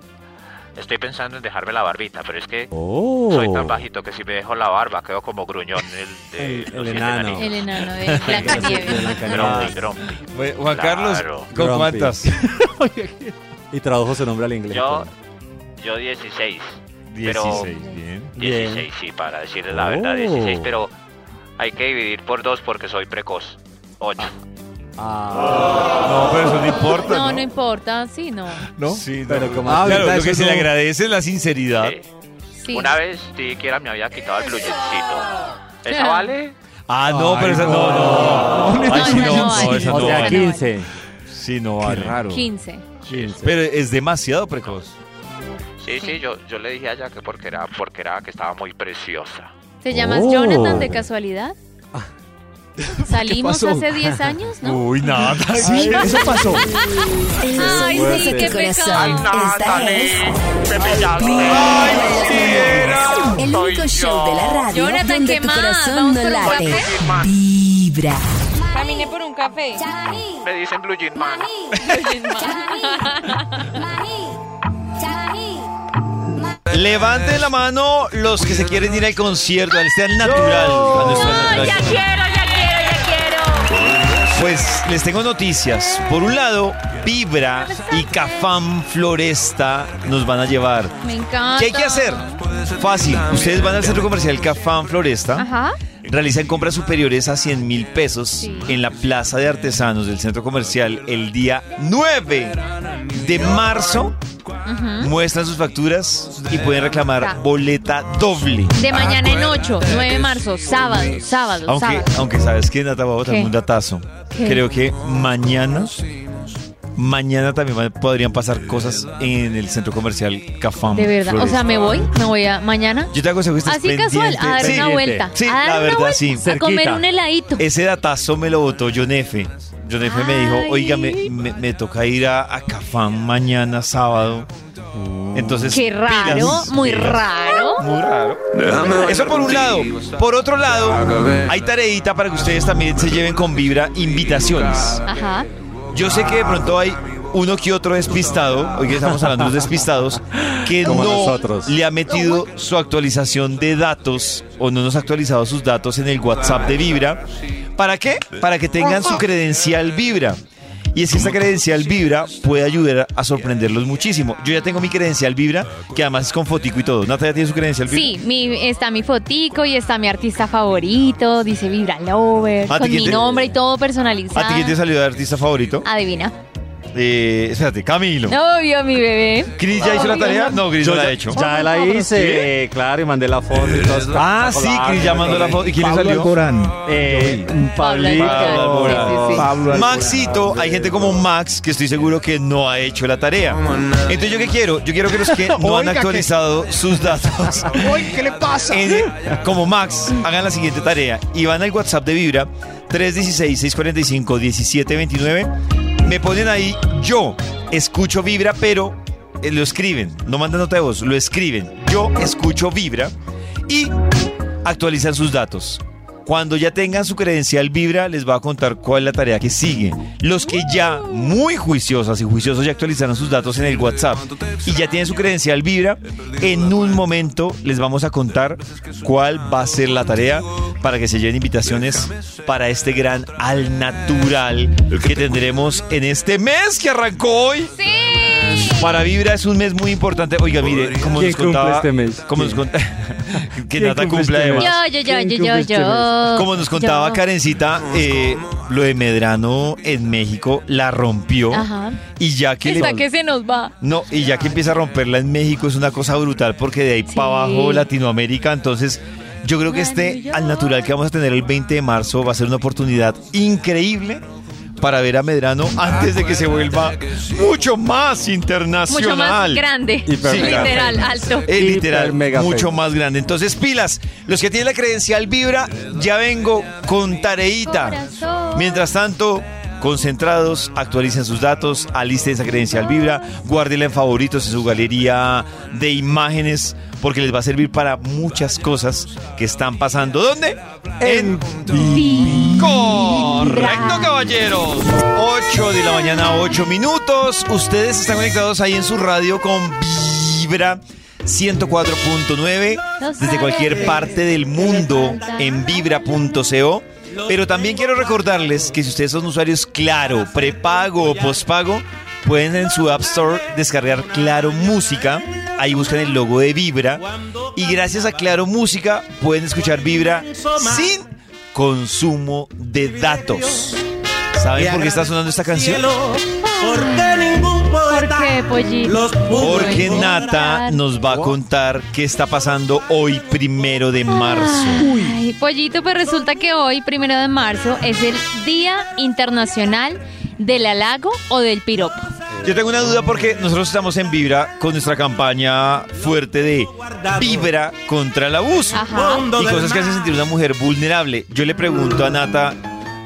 S7: Estoy pensando en dejarme la barbita, pero es que
S4: Oh.
S7: soy tan bajito que si me dejo la barba quedo como gruñón el, de
S4: El-
S7: los
S4: el
S7: siete
S4: enano.
S7: enanitos.
S3: El enano de Blancanieves.
S7: Grumpy, grumpy.
S2: Bueno, Juan
S7: Claro.
S2: Carlos, ¿con
S4: Grumpy.
S2: cuántas?
S4: Y tradujo su nombre al inglés.
S7: Yo, yo 16. Pero-
S2: 16, bien.
S7: 16, sí, para decirles la verdad,
S4: Oh.
S7: 16, pero hay que dividir por dos porque soy precoz. 8.
S4: Ah,
S2: No, pero eso no importa,
S3: No, no importa. Sí, no.
S5: ¿No?
S2: Sí,
S4: pero
S2: no.
S4: como
S5: Ah,
S4: así.
S2: Claro,
S5: verdad,
S2: lo que
S5: eso
S2: se le
S5: no-
S2: agradece es la sinceridad.
S7: eh,
S3: Sí.
S7: Una vez siquiera me había quitado el bluyoncito. ¿Esa vale?
S2: Ah, no, pero esa no, no. no.
S3: No,
S2: Ay, sí,
S3: esa no
S2: no, no,
S3: vale.
S2: esa
S4: O
S2: no
S4: sea,
S2: vale.
S4: 15.
S2: Sí, no
S5: Qué
S2: vale.
S5: raro.
S3: 15.
S2: Pero es demasiado precoz.
S7: Sí, sí, yo, yo le dije a ella que porque era, porque era que estaba muy preciosa.
S3: ¿Te llamas
S4: Oh.
S2: Ah.
S3: Jonathan de casualidad? Salimos
S5: pasó?
S3: hace 10 años, ¿no?
S2: Uy, nada.
S5: Sí, eso pasó.
S6: En los
S3: Ay,
S6: oídos
S3: sí,
S6: de
S3: qué
S6: tu corazón,
S7: pecado.
S6: esta es
S7: Me
S6: el único show de la radio
S3: Jonathan,
S6: donde
S3: ¿qué
S6: tu
S3: más?
S6: corazón
S3: ¿Vamos
S6: no
S3: por un
S6: late.
S3: café?
S6: Vibra.
S11: Caminé por un café.
S7: Me dicen Blue Jean Man.
S2: Levanten la mano los que se quieren ir al concierto, al este al natural. a nuestro
S3: No,
S2: natural.
S3: ya quiero, ya quiero, ya quiero.
S2: Pues les tengo noticias. Por un lado, Vibra y Cafam Floresta nos van a llevar.
S3: Me encanta.
S2: ¿Qué hay que hacer? Fácil. Ustedes van al centro comercial Cafam Floresta.
S3: Ajá.
S2: Realizan compras superiores a 100 mil pesos
S3: Ah, Sí.
S2: en la Plaza de Artesanos del Centro Comercial el día 9 de marzo. Muestran sus facturas y pueden
S3: Ya.
S2: reclamar boleta doble.
S3: De mañana en 8, 9 de marzo, sábado, sábado,
S2: Aunque,
S3: sábado.
S2: aunque sabes que Nata va a botar
S3: ¿Qué?
S2: un datazo.
S3: ¿Qué?
S2: Creo que mañana, mañana también van- podrían pasar cosas en el centro comercial Cafam.
S3: De verdad. O
S2: Flores.
S3: sea, me voy, me voy a mañana.
S2: Yo te hago que estés
S3: Así casual,
S2: pendiente.
S3: a dar una
S4: pendiente.
S3: vuelta.
S2: Sí,
S3: a dar
S2: la
S3: una
S2: verdad,
S3: vuelta,
S2: sí.
S3: A comer
S4: Cerquita.
S3: un heladito.
S2: Ese datazo me lo botó John F. John F. me
S3: Ay.
S2: dijo, oiga, me, me- me toca ir a, a Cafam mañana sábado. Entonces,
S3: Qué raro,
S2: pilas,
S3: muy
S2: pilas.
S3: raro.
S2: Uh. Muy raro. Eso por un lado. Por otro lado, hay tareita para que ustedes también se lleven con vibra invitaciones.
S3: Ajá.
S2: Yo sé que de pronto hay uno que otro despistado, hoy que estamos hablando de los despistados, que
S4: Como
S2: no
S4: nosotros.
S2: le ha metido su actualización de datos o no nos ha actualizado sus datos en el WhatsApp de Vibra. ¿Para qué? Para que tengan su credencial Vibra. Y es que esta credencial Vibra puede ayudar a sorprenderlos muchísimo. Yo ya tengo mi credencial Vibra, que además es con fotico y todo. Natalia tiene su credencial Vibra.
S3: Sí, mi, está mi fotico y está mi artista favorito, dice Vibra Lover,
S2: ¿A ti
S3: con
S2: quién
S3: mi
S2: te-
S3: nombre y todo personalizado.
S2: ¿A ti quién te salió de artista favorito?
S3: Adivina.
S2: Eh, espérate, Camilo.
S3: Obvio, mi bebé.
S2: ¿Cris ya hizo la tarea? No, Cris no la ha hecho.
S4: Ya la hice, claro, y mandé la foto y todo.
S2: Ah, sí, Cris ya mandó la foto. ¿Y quién le
S5: Pablo
S2: salió? Ah,
S5: Alborán.
S4: Eh,
S3: Pablito.
S4: Pablito.
S2: Pablo
S3: Sí, sí, sí.
S5: Pablo Alborán.
S2: Maxito, hay gente como Max que estoy seguro que no ha hecho la tarea. Entonces, ¿yo qué quiero? Yo quiero que los que no han
S5: Oiga, que-
S2: actualizado sus datos,
S5: Uy, ¿qué le pasa?
S2: en- como Max, hagan la siguiente tarea. Y van al WhatsApp de Vibra, 316-645-1729. Me ponen ahí, yo escucho Vibra, pero eh, lo escriben. No mandan nota de voz, lo escriben. Yo escucho Vibra y actualizan sus datos. Cuando ya tengan su credencial Vibra, les va a contar cuál es la tarea que sigue. Los que ya muy juiciosas y juiciosos ya actualizaron sus datos en el WhatsApp y ya tienen su credencial Vibra, en un momento les vamos a contar cuál va a ser la tarea para que se lleven invitaciones para este gran al natural que tendremos en este mes que arrancó hoy. Para Vibra es un mes muy importante. Oiga, mire, como
S4: ¿Quién
S2: nos contaba,
S4: cumple este mes?
S2: como nos cont- que
S4: ¿Quién
S2: Nata
S4: cumple
S2: cumpla
S4: este mes?
S2: además.
S3: Yo, yo, yo,
S4: ¿Quién
S3: yo, yo,
S4: cumple este
S3: yo.
S2: Como nos contaba
S3: Yo.
S2: Karencita, eh, lo de Medrano en México la rompió.
S3: Ajá.
S2: Y ya que le-
S3: Está que se nos va.
S2: No, y ya que empieza a romperla en México es una cosa brutal porque de ahí
S3: Sí.
S2: para abajo Latinoamérica, entonces yo creo que este al natural que vamos a tener el 20 de marzo va a ser una oportunidad increíble para ver a Medrano antes de que se vuelva mucho más internacional.
S3: Mucho más grande.
S4: Hiper
S2: Sí,
S4: mega
S3: Literal, alto.
S2: Eh,
S4: Hiper
S2: literal,
S4: mega
S2: mucho
S4: fake.
S2: más grande. Entonces, pilas, los que tienen la credencial Vibra, ya vengo con tareita.
S3: Corazón.
S2: Mientras tanto, concentrados, actualicen sus datos, alisten esa credencial Vibra, guárdela en favoritos en su galería de imágenes, porque les va a servir para muchas cosas que están pasando. ¿Dónde? En Correcto, caballeros. 8 de la mañana, 8 minutos. Ustedes están conectados ahí en su radio con Vibra 104.9 desde cualquier parte del mundo en vibra.co. Pero también quiero recordarles que si ustedes son usuarios Claro, prepago o postpago, pueden en su App Store descargar Claro Música. Ahí buscan el logo de Vibra. Y gracias a Claro Música pueden escuchar Vibra sin consumo de datos. ¿Saben por qué está sonando esta canción?
S3: ¿Por qué, pollito?
S2: Porque Nata nos va a contar qué está pasando hoy, primero de marzo.
S3: Ay, pollito, pues resulta que hoy, primero de marzo, es el Día Internacional del Halago o del Piropo.
S2: Yo tengo una duda porque nosotros estamos en Vibra con nuestra campaña fuerte de Vibra contra el abuso
S3: Ajá. Ah.
S2: Oh. y cosas que hacen sentir una mujer vulnerable. Yo le pregunto a Nata,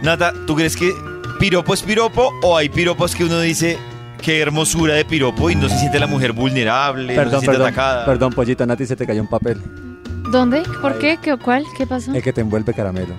S2: Nata, ¿tú crees que piropo es piropo o hay piropos que uno dice qué hermosura de piropo y no se siente la mujer vulnerable, no se
S4: Perdón,
S2: siente
S4: perdón,
S2: atacada?
S4: perdón, pollito, Nati, se te cayó un papel.
S3: ¿Dónde? ¿Por qué? ¿Qué? ¿Cuál? ¿Qué
S2: Eh,
S3: pasó? Ah.
S4: El que te envuelve caramelo.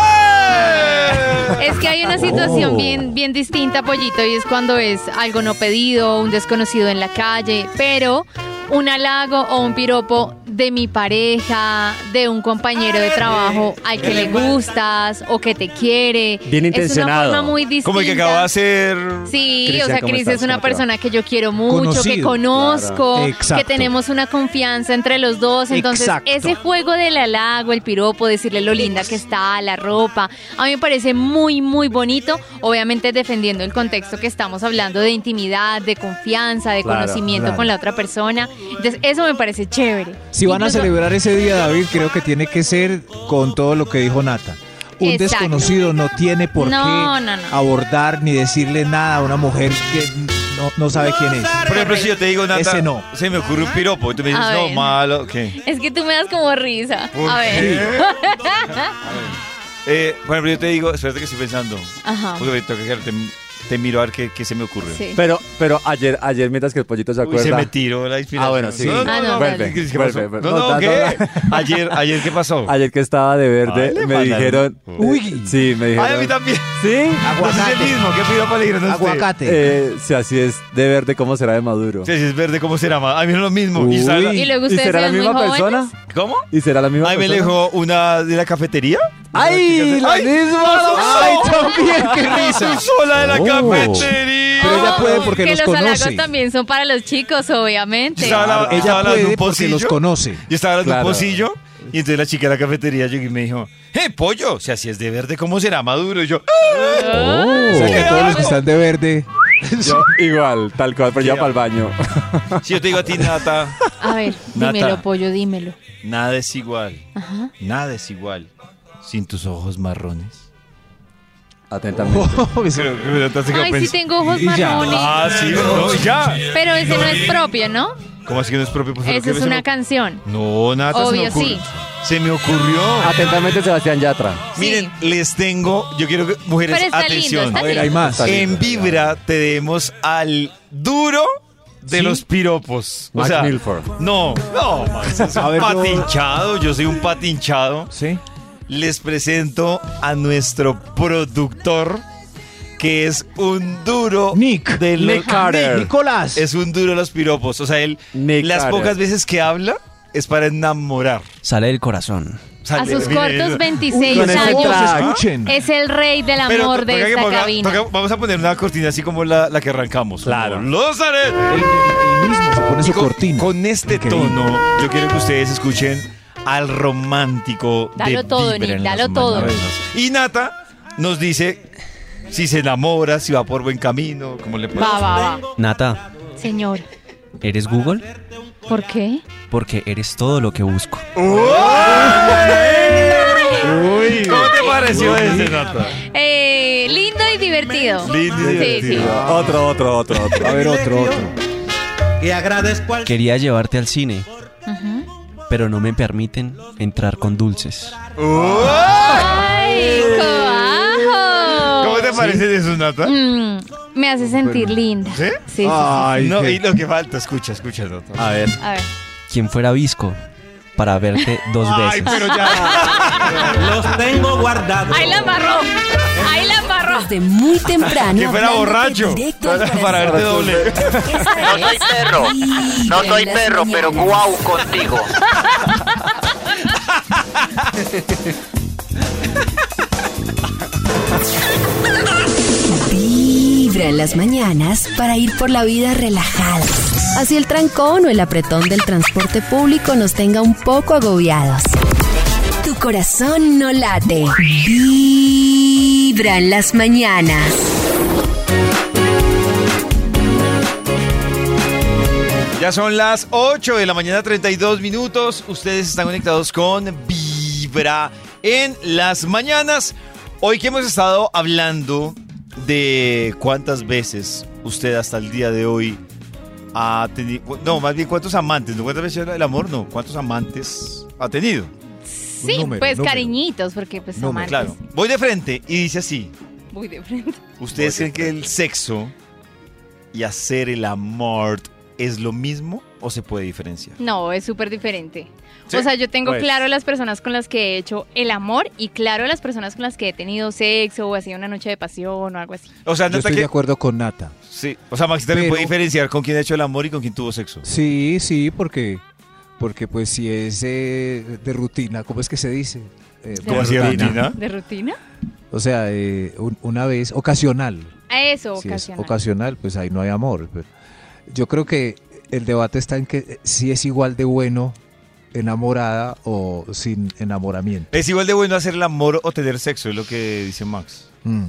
S2: ¡Eh!
S3: Es que hay una situación bien, bien distinta, pollito, y es cuando es algo no pedido, un desconocido en la calle, pero un halago o un piropo de mi pareja, de un compañero de trabajo al que le gustas o que te quiere.
S2: Bien
S3: Es
S2: intencionado.
S3: una forma muy distinta.
S2: Como el que acaba de hacer.
S3: Sí, o
S2: Cristian,
S3: sea,
S2: ¿cómo
S3: Cris
S2: estás?
S3: es una
S2: ¿Cómo te va?
S3: persona que yo quiero mucho, que
S2: Conocido.
S3: conozco,
S2: Claro.
S3: que
S2: Exacto.
S3: tenemos una confianza entre los dos. Entonces,
S2: Exacto.
S3: ese juego del halago, el piropo, decirle lo linda que está, la ropa, a mí me parece muy, muy bonito. Obviamente, defendiendo el contexto que estamos hablando de intimidad, de confianza, de
S5: Claro,
S3: conocimiento
S5: claro.
S3: con la otra persona. Entonces, eso me parece chévere.
S5: Si van a
S3: Incluso-
S5: celebrar ese día, David, creo que tiene que ser con todo lo que dijo Nata. Un
S3: Exacto.
S5: desconocido no tiene por
S3: No,
S5: qué
S3: no, no.
S5: abordar ni decirle nada a una mujer que no, no sabe quién es.
S2: Por ejemplo, si yo te digo, Nata,
S5: Ese no.
S2: se me ocurre un piropo y tú me dices,
S3: A
S2: no,
S3: ver.
S2: malo, ¿qué?
S3: Es que tú me das como risa.
S2: ¿Por
S3: A ver.
S2: Eh, por ejemplo, yo te digo, espérate que estoy pensando.
S3: Ajá.
S2: Porque ahorita que te, te miro a ver qué, qué se me ocurre.
S3: Ah. Sí.
S4: Pero, pero ayer, ayer mientras que el pollito se
S2: Uy,
S4: acuerda.
S2: se me tiró la inspiración.
S4: Ah, bueno, sí.
S2: No, no, Ah, no,
S4: Vuelve,
S2: dale. ¿Qué
S4: vuelve,
S2: pasó?
S4: vuelve.
S2: No, no,
S4: da- da-
S2: ¿qué?
S4: da-
S2: Ayer, ayer, ¿qué pasó?
S4: Ayer que estaba de verde,
S2: Ay, le
S4: me
S2: mandaron.
S4: dijeron. Uy. Sí, me dijeron.
S2: Ay, a mí también. Ah,
S4: ¿Sí?
S2: No es el mismo, ¿qué piropo le dijeron a usted?
S4: Eh, si así es de verde, ¿cómo será de maduro?
S2: Sí, sí, es verde, ¿cómo será? A mí es lo mismo.
S4: Uy.
S2: sabe-
S4: ¿Y luego ustedes será la eran muy misma jóvenes? persona?
S2: ¿Cómo?
S4: ¿Y será la misma
S2: Ay, me
S4: persona?
S2: dejó una de la cafetería.
S4: ¡Ay! ¡La misma!
S2: ¡Ay, también! ¡Qué risa! ¡Sola de la
S5: Oh.
S2: cafetería!
S5: Pero ella puede porque
S3: que
S5: los
S3: los
S5: conoce.
S3: halagos también son para los chicos, obviamente.
S5: Claro,
S2: Yo
S5: ella
S2: estaba hablando de
S5: puede
S2: un
S5: porque los
S2: pocillo.
S5: conoce.
S2: Yo estaba hablando
S5: Claro.
S2: un pocillo y entonces la chica de la cafetería llegó y me dijo, ¡Eh, pollo! Si así es de verde, ¿cómo será maduro? Y yo, ¡Ah!
S5: Oh. O sea que todos los que están de verde.
S4: Yo, igual, tal cual, pero ya para el baño.
S2: Si yo te digo a ti, Nata,
S3: A ver,
S2: Nata.
S3: dímelo, pollo, dímelo.
S2: nada es igual,
S3: Ajá.
S2: nada es igual sin tus ojos marrones.
S4: Atentamente.
S3: Ay, sí tengo ojos marrones.
S2: Ah, sí, no, y ya.
S3: Pero ese no es propio, ¿no?
S2: ¿Cómo así que no es propio? Pues, ¿por
S3: Esa
S2: qué
S3: es
S2: se me-
S3: una canción.
S2: No, Nata, se me
S3: Obvio,
S2: ocurre-
S3: sí. Ah,
S2: Se me ocurrió.
S4: Atentamente, Sebastián Yatra.
S2: Miren, les tengo, yo quiero que mujeres,
S3: Pero está lindo,
S2: atención.
S3: está A ver, lindo.
S5: hay más. Está
S2: En
S5: lindo.
S2: Vibra tenemos al duro de
S5: ¿Sí?
S2: los piropos.
S4: Mac
S2: o sea,
S4: Milford.
S2: no, no, Max, es
S5: A
S2: un
S5: ver, yo-
S2: patinchado, yo soy un patinchado.
S5: Sí.
S2: Les presento a nuestro productor que es un duro
S5: Nick.
S2: de los
S4: Nick Carter.
S5: Nicolás.
S2: Es un duro de los piropos, o sea, él
S4: Nick
S2: las
S4: Carter.
S2: pocas veces que habla es para enamorar.
S12: Sale del corazón.
S3: A sus
S2: Mire,
S3: cortos
S5: Con
S3: 26
S5: ese voz,
S3: años.
S5: escuchen.
S3: Es el rey del
S2: Pero
S3: amor
S2: toca
S3: de
S2: que
S3: esta
S2: ponga-
S3: cabina.
S2: toca- vamos a poner una cortina así como la, la que arrancamos.
S4: Claro.
S2: Como, Los haré.
S5: Él mismo se pone
S2: Y
S5: su
S2: con,
S5: cortina.
S2: con este
S5: Increíble.
S2: tono, yo quiero que ustedes escuchen al romántico
S3: Dalo
S2: de
S3: todo,
S2: Vibra
S3: Nick,
S2: en las
S3: dalo todo.
S2: mañanas. Y Nata nos dice si se enamora, si va por buen camino, como le puede
S3: Va, va, va.
S12: Nata,
S3: Señor,
S12: ¿eres Google?
S3: ¿por qué?
S12: Porque eres todo lo que busco.
S2: Uy, ¿Cómo te pareció ese, Nata?
S3: Eh, lindo y divertido.
S2: Lindo y
S3: Sí, sí.
S2: divertido.
S4: Otro, otro, otro, otro.
S5: A ver, otro, otro.
S12: Quería llevarte al cine, pero no me permiten entrar con dulces.
S3: ¡Ay, cobajo!
S2: ¿Cómo te parece eso, Nata?
S3: Mm, me hace sentir linda.
S2: ¿Sí?
S3: Sí, sí,
S4: Ah.
S5: Ay,
S2: No,
S5: qué-
S2: y lo que falta, escucha, escucha, Nata.
S4: A ver.
S3: sí. A ver.
S12: Quien fuera visco para verte dos
S2: Ay,
S12: veces.
S2: pero ya.
S13: Los tengo guardados.
S3: Ahí la embarró. Ahí la embarró.
S6: Desde muy temprano.
S2: Que fuera
S6: hablándote
S2: borracho.
S6: directo al
S2: Para,
S6: corazón.
S2: para verte doble.
S6: Esta
S7: No soy
S6: es
S7: perro. No
S6: Vibra
S7: soy
S6: en las
S7: perro, pero
S6: mañanas.
S7: guau contigo.
S6: Vibra en las mañanas para ir por la vida relajada. Así el trancón o el apretón del transporte público nos tenga un poco agobiados. Tu corazón no late. Vibra en las mañanas.
S2: Ya son las 8 de la mañana, 32 minutos. Ustedes están conectados con Vibra en las mañanas. Hoy que hemos estado hablando de cuántas veces usted hasta el día de hoy ha tenido... No, más bien cuántos amantes, no cuántas veces el amor, no, cuántos amantes ha tenido.
S3: Sí, pues cariñitos, porque pues
S2: Número.
S3: amantes.
S2: Claro. Voy de frente y dice así.
S3: Voy de frente.
S2: ¿Ustedes creen que el sexo y hacer el amor es lo mismo o se puede diferenciar?
S3: No, es súper diferente.
S2: ¿Sí?
S3: O sea, yo tengo
S2: Pues.
S3: claro las personas con las que he hecho el amor y claro las personas con las que he tenido sexo o ha sido una noche de pasión o algo así.
S2: O sea,
S5: Yo
S2: Nata,
S5: estoy
S2: que-
S5: de acuerdo con Nata.
S2: Sí, o sea, Max también
S5: Pero-
S2: puede diferenciar con quién ha hecho el amor y con quién tuvo sexo.
S5: Sí, sí, porque, porque pues si es eh, de rutina, ¿cómo es que se dice? Eh,
S3: ¿De
S2: ¿Cómo así de
S4: Ah.
S2: rutina?
S3: ¿De rutina?
S5: O sea, eh, un- una vez, ocasional.
S3: Eso,
S5: Si es
S3: ocasional.
S5: ocasional, pues ahí no hay amor. Pero Yo creo que el debate está en que eh, si es igual de bueno enamorada o sin enamoramiento.
S2: Es igual de bueno hacer el amor o tener sexo, es lo que dice Max.
S5: Mm.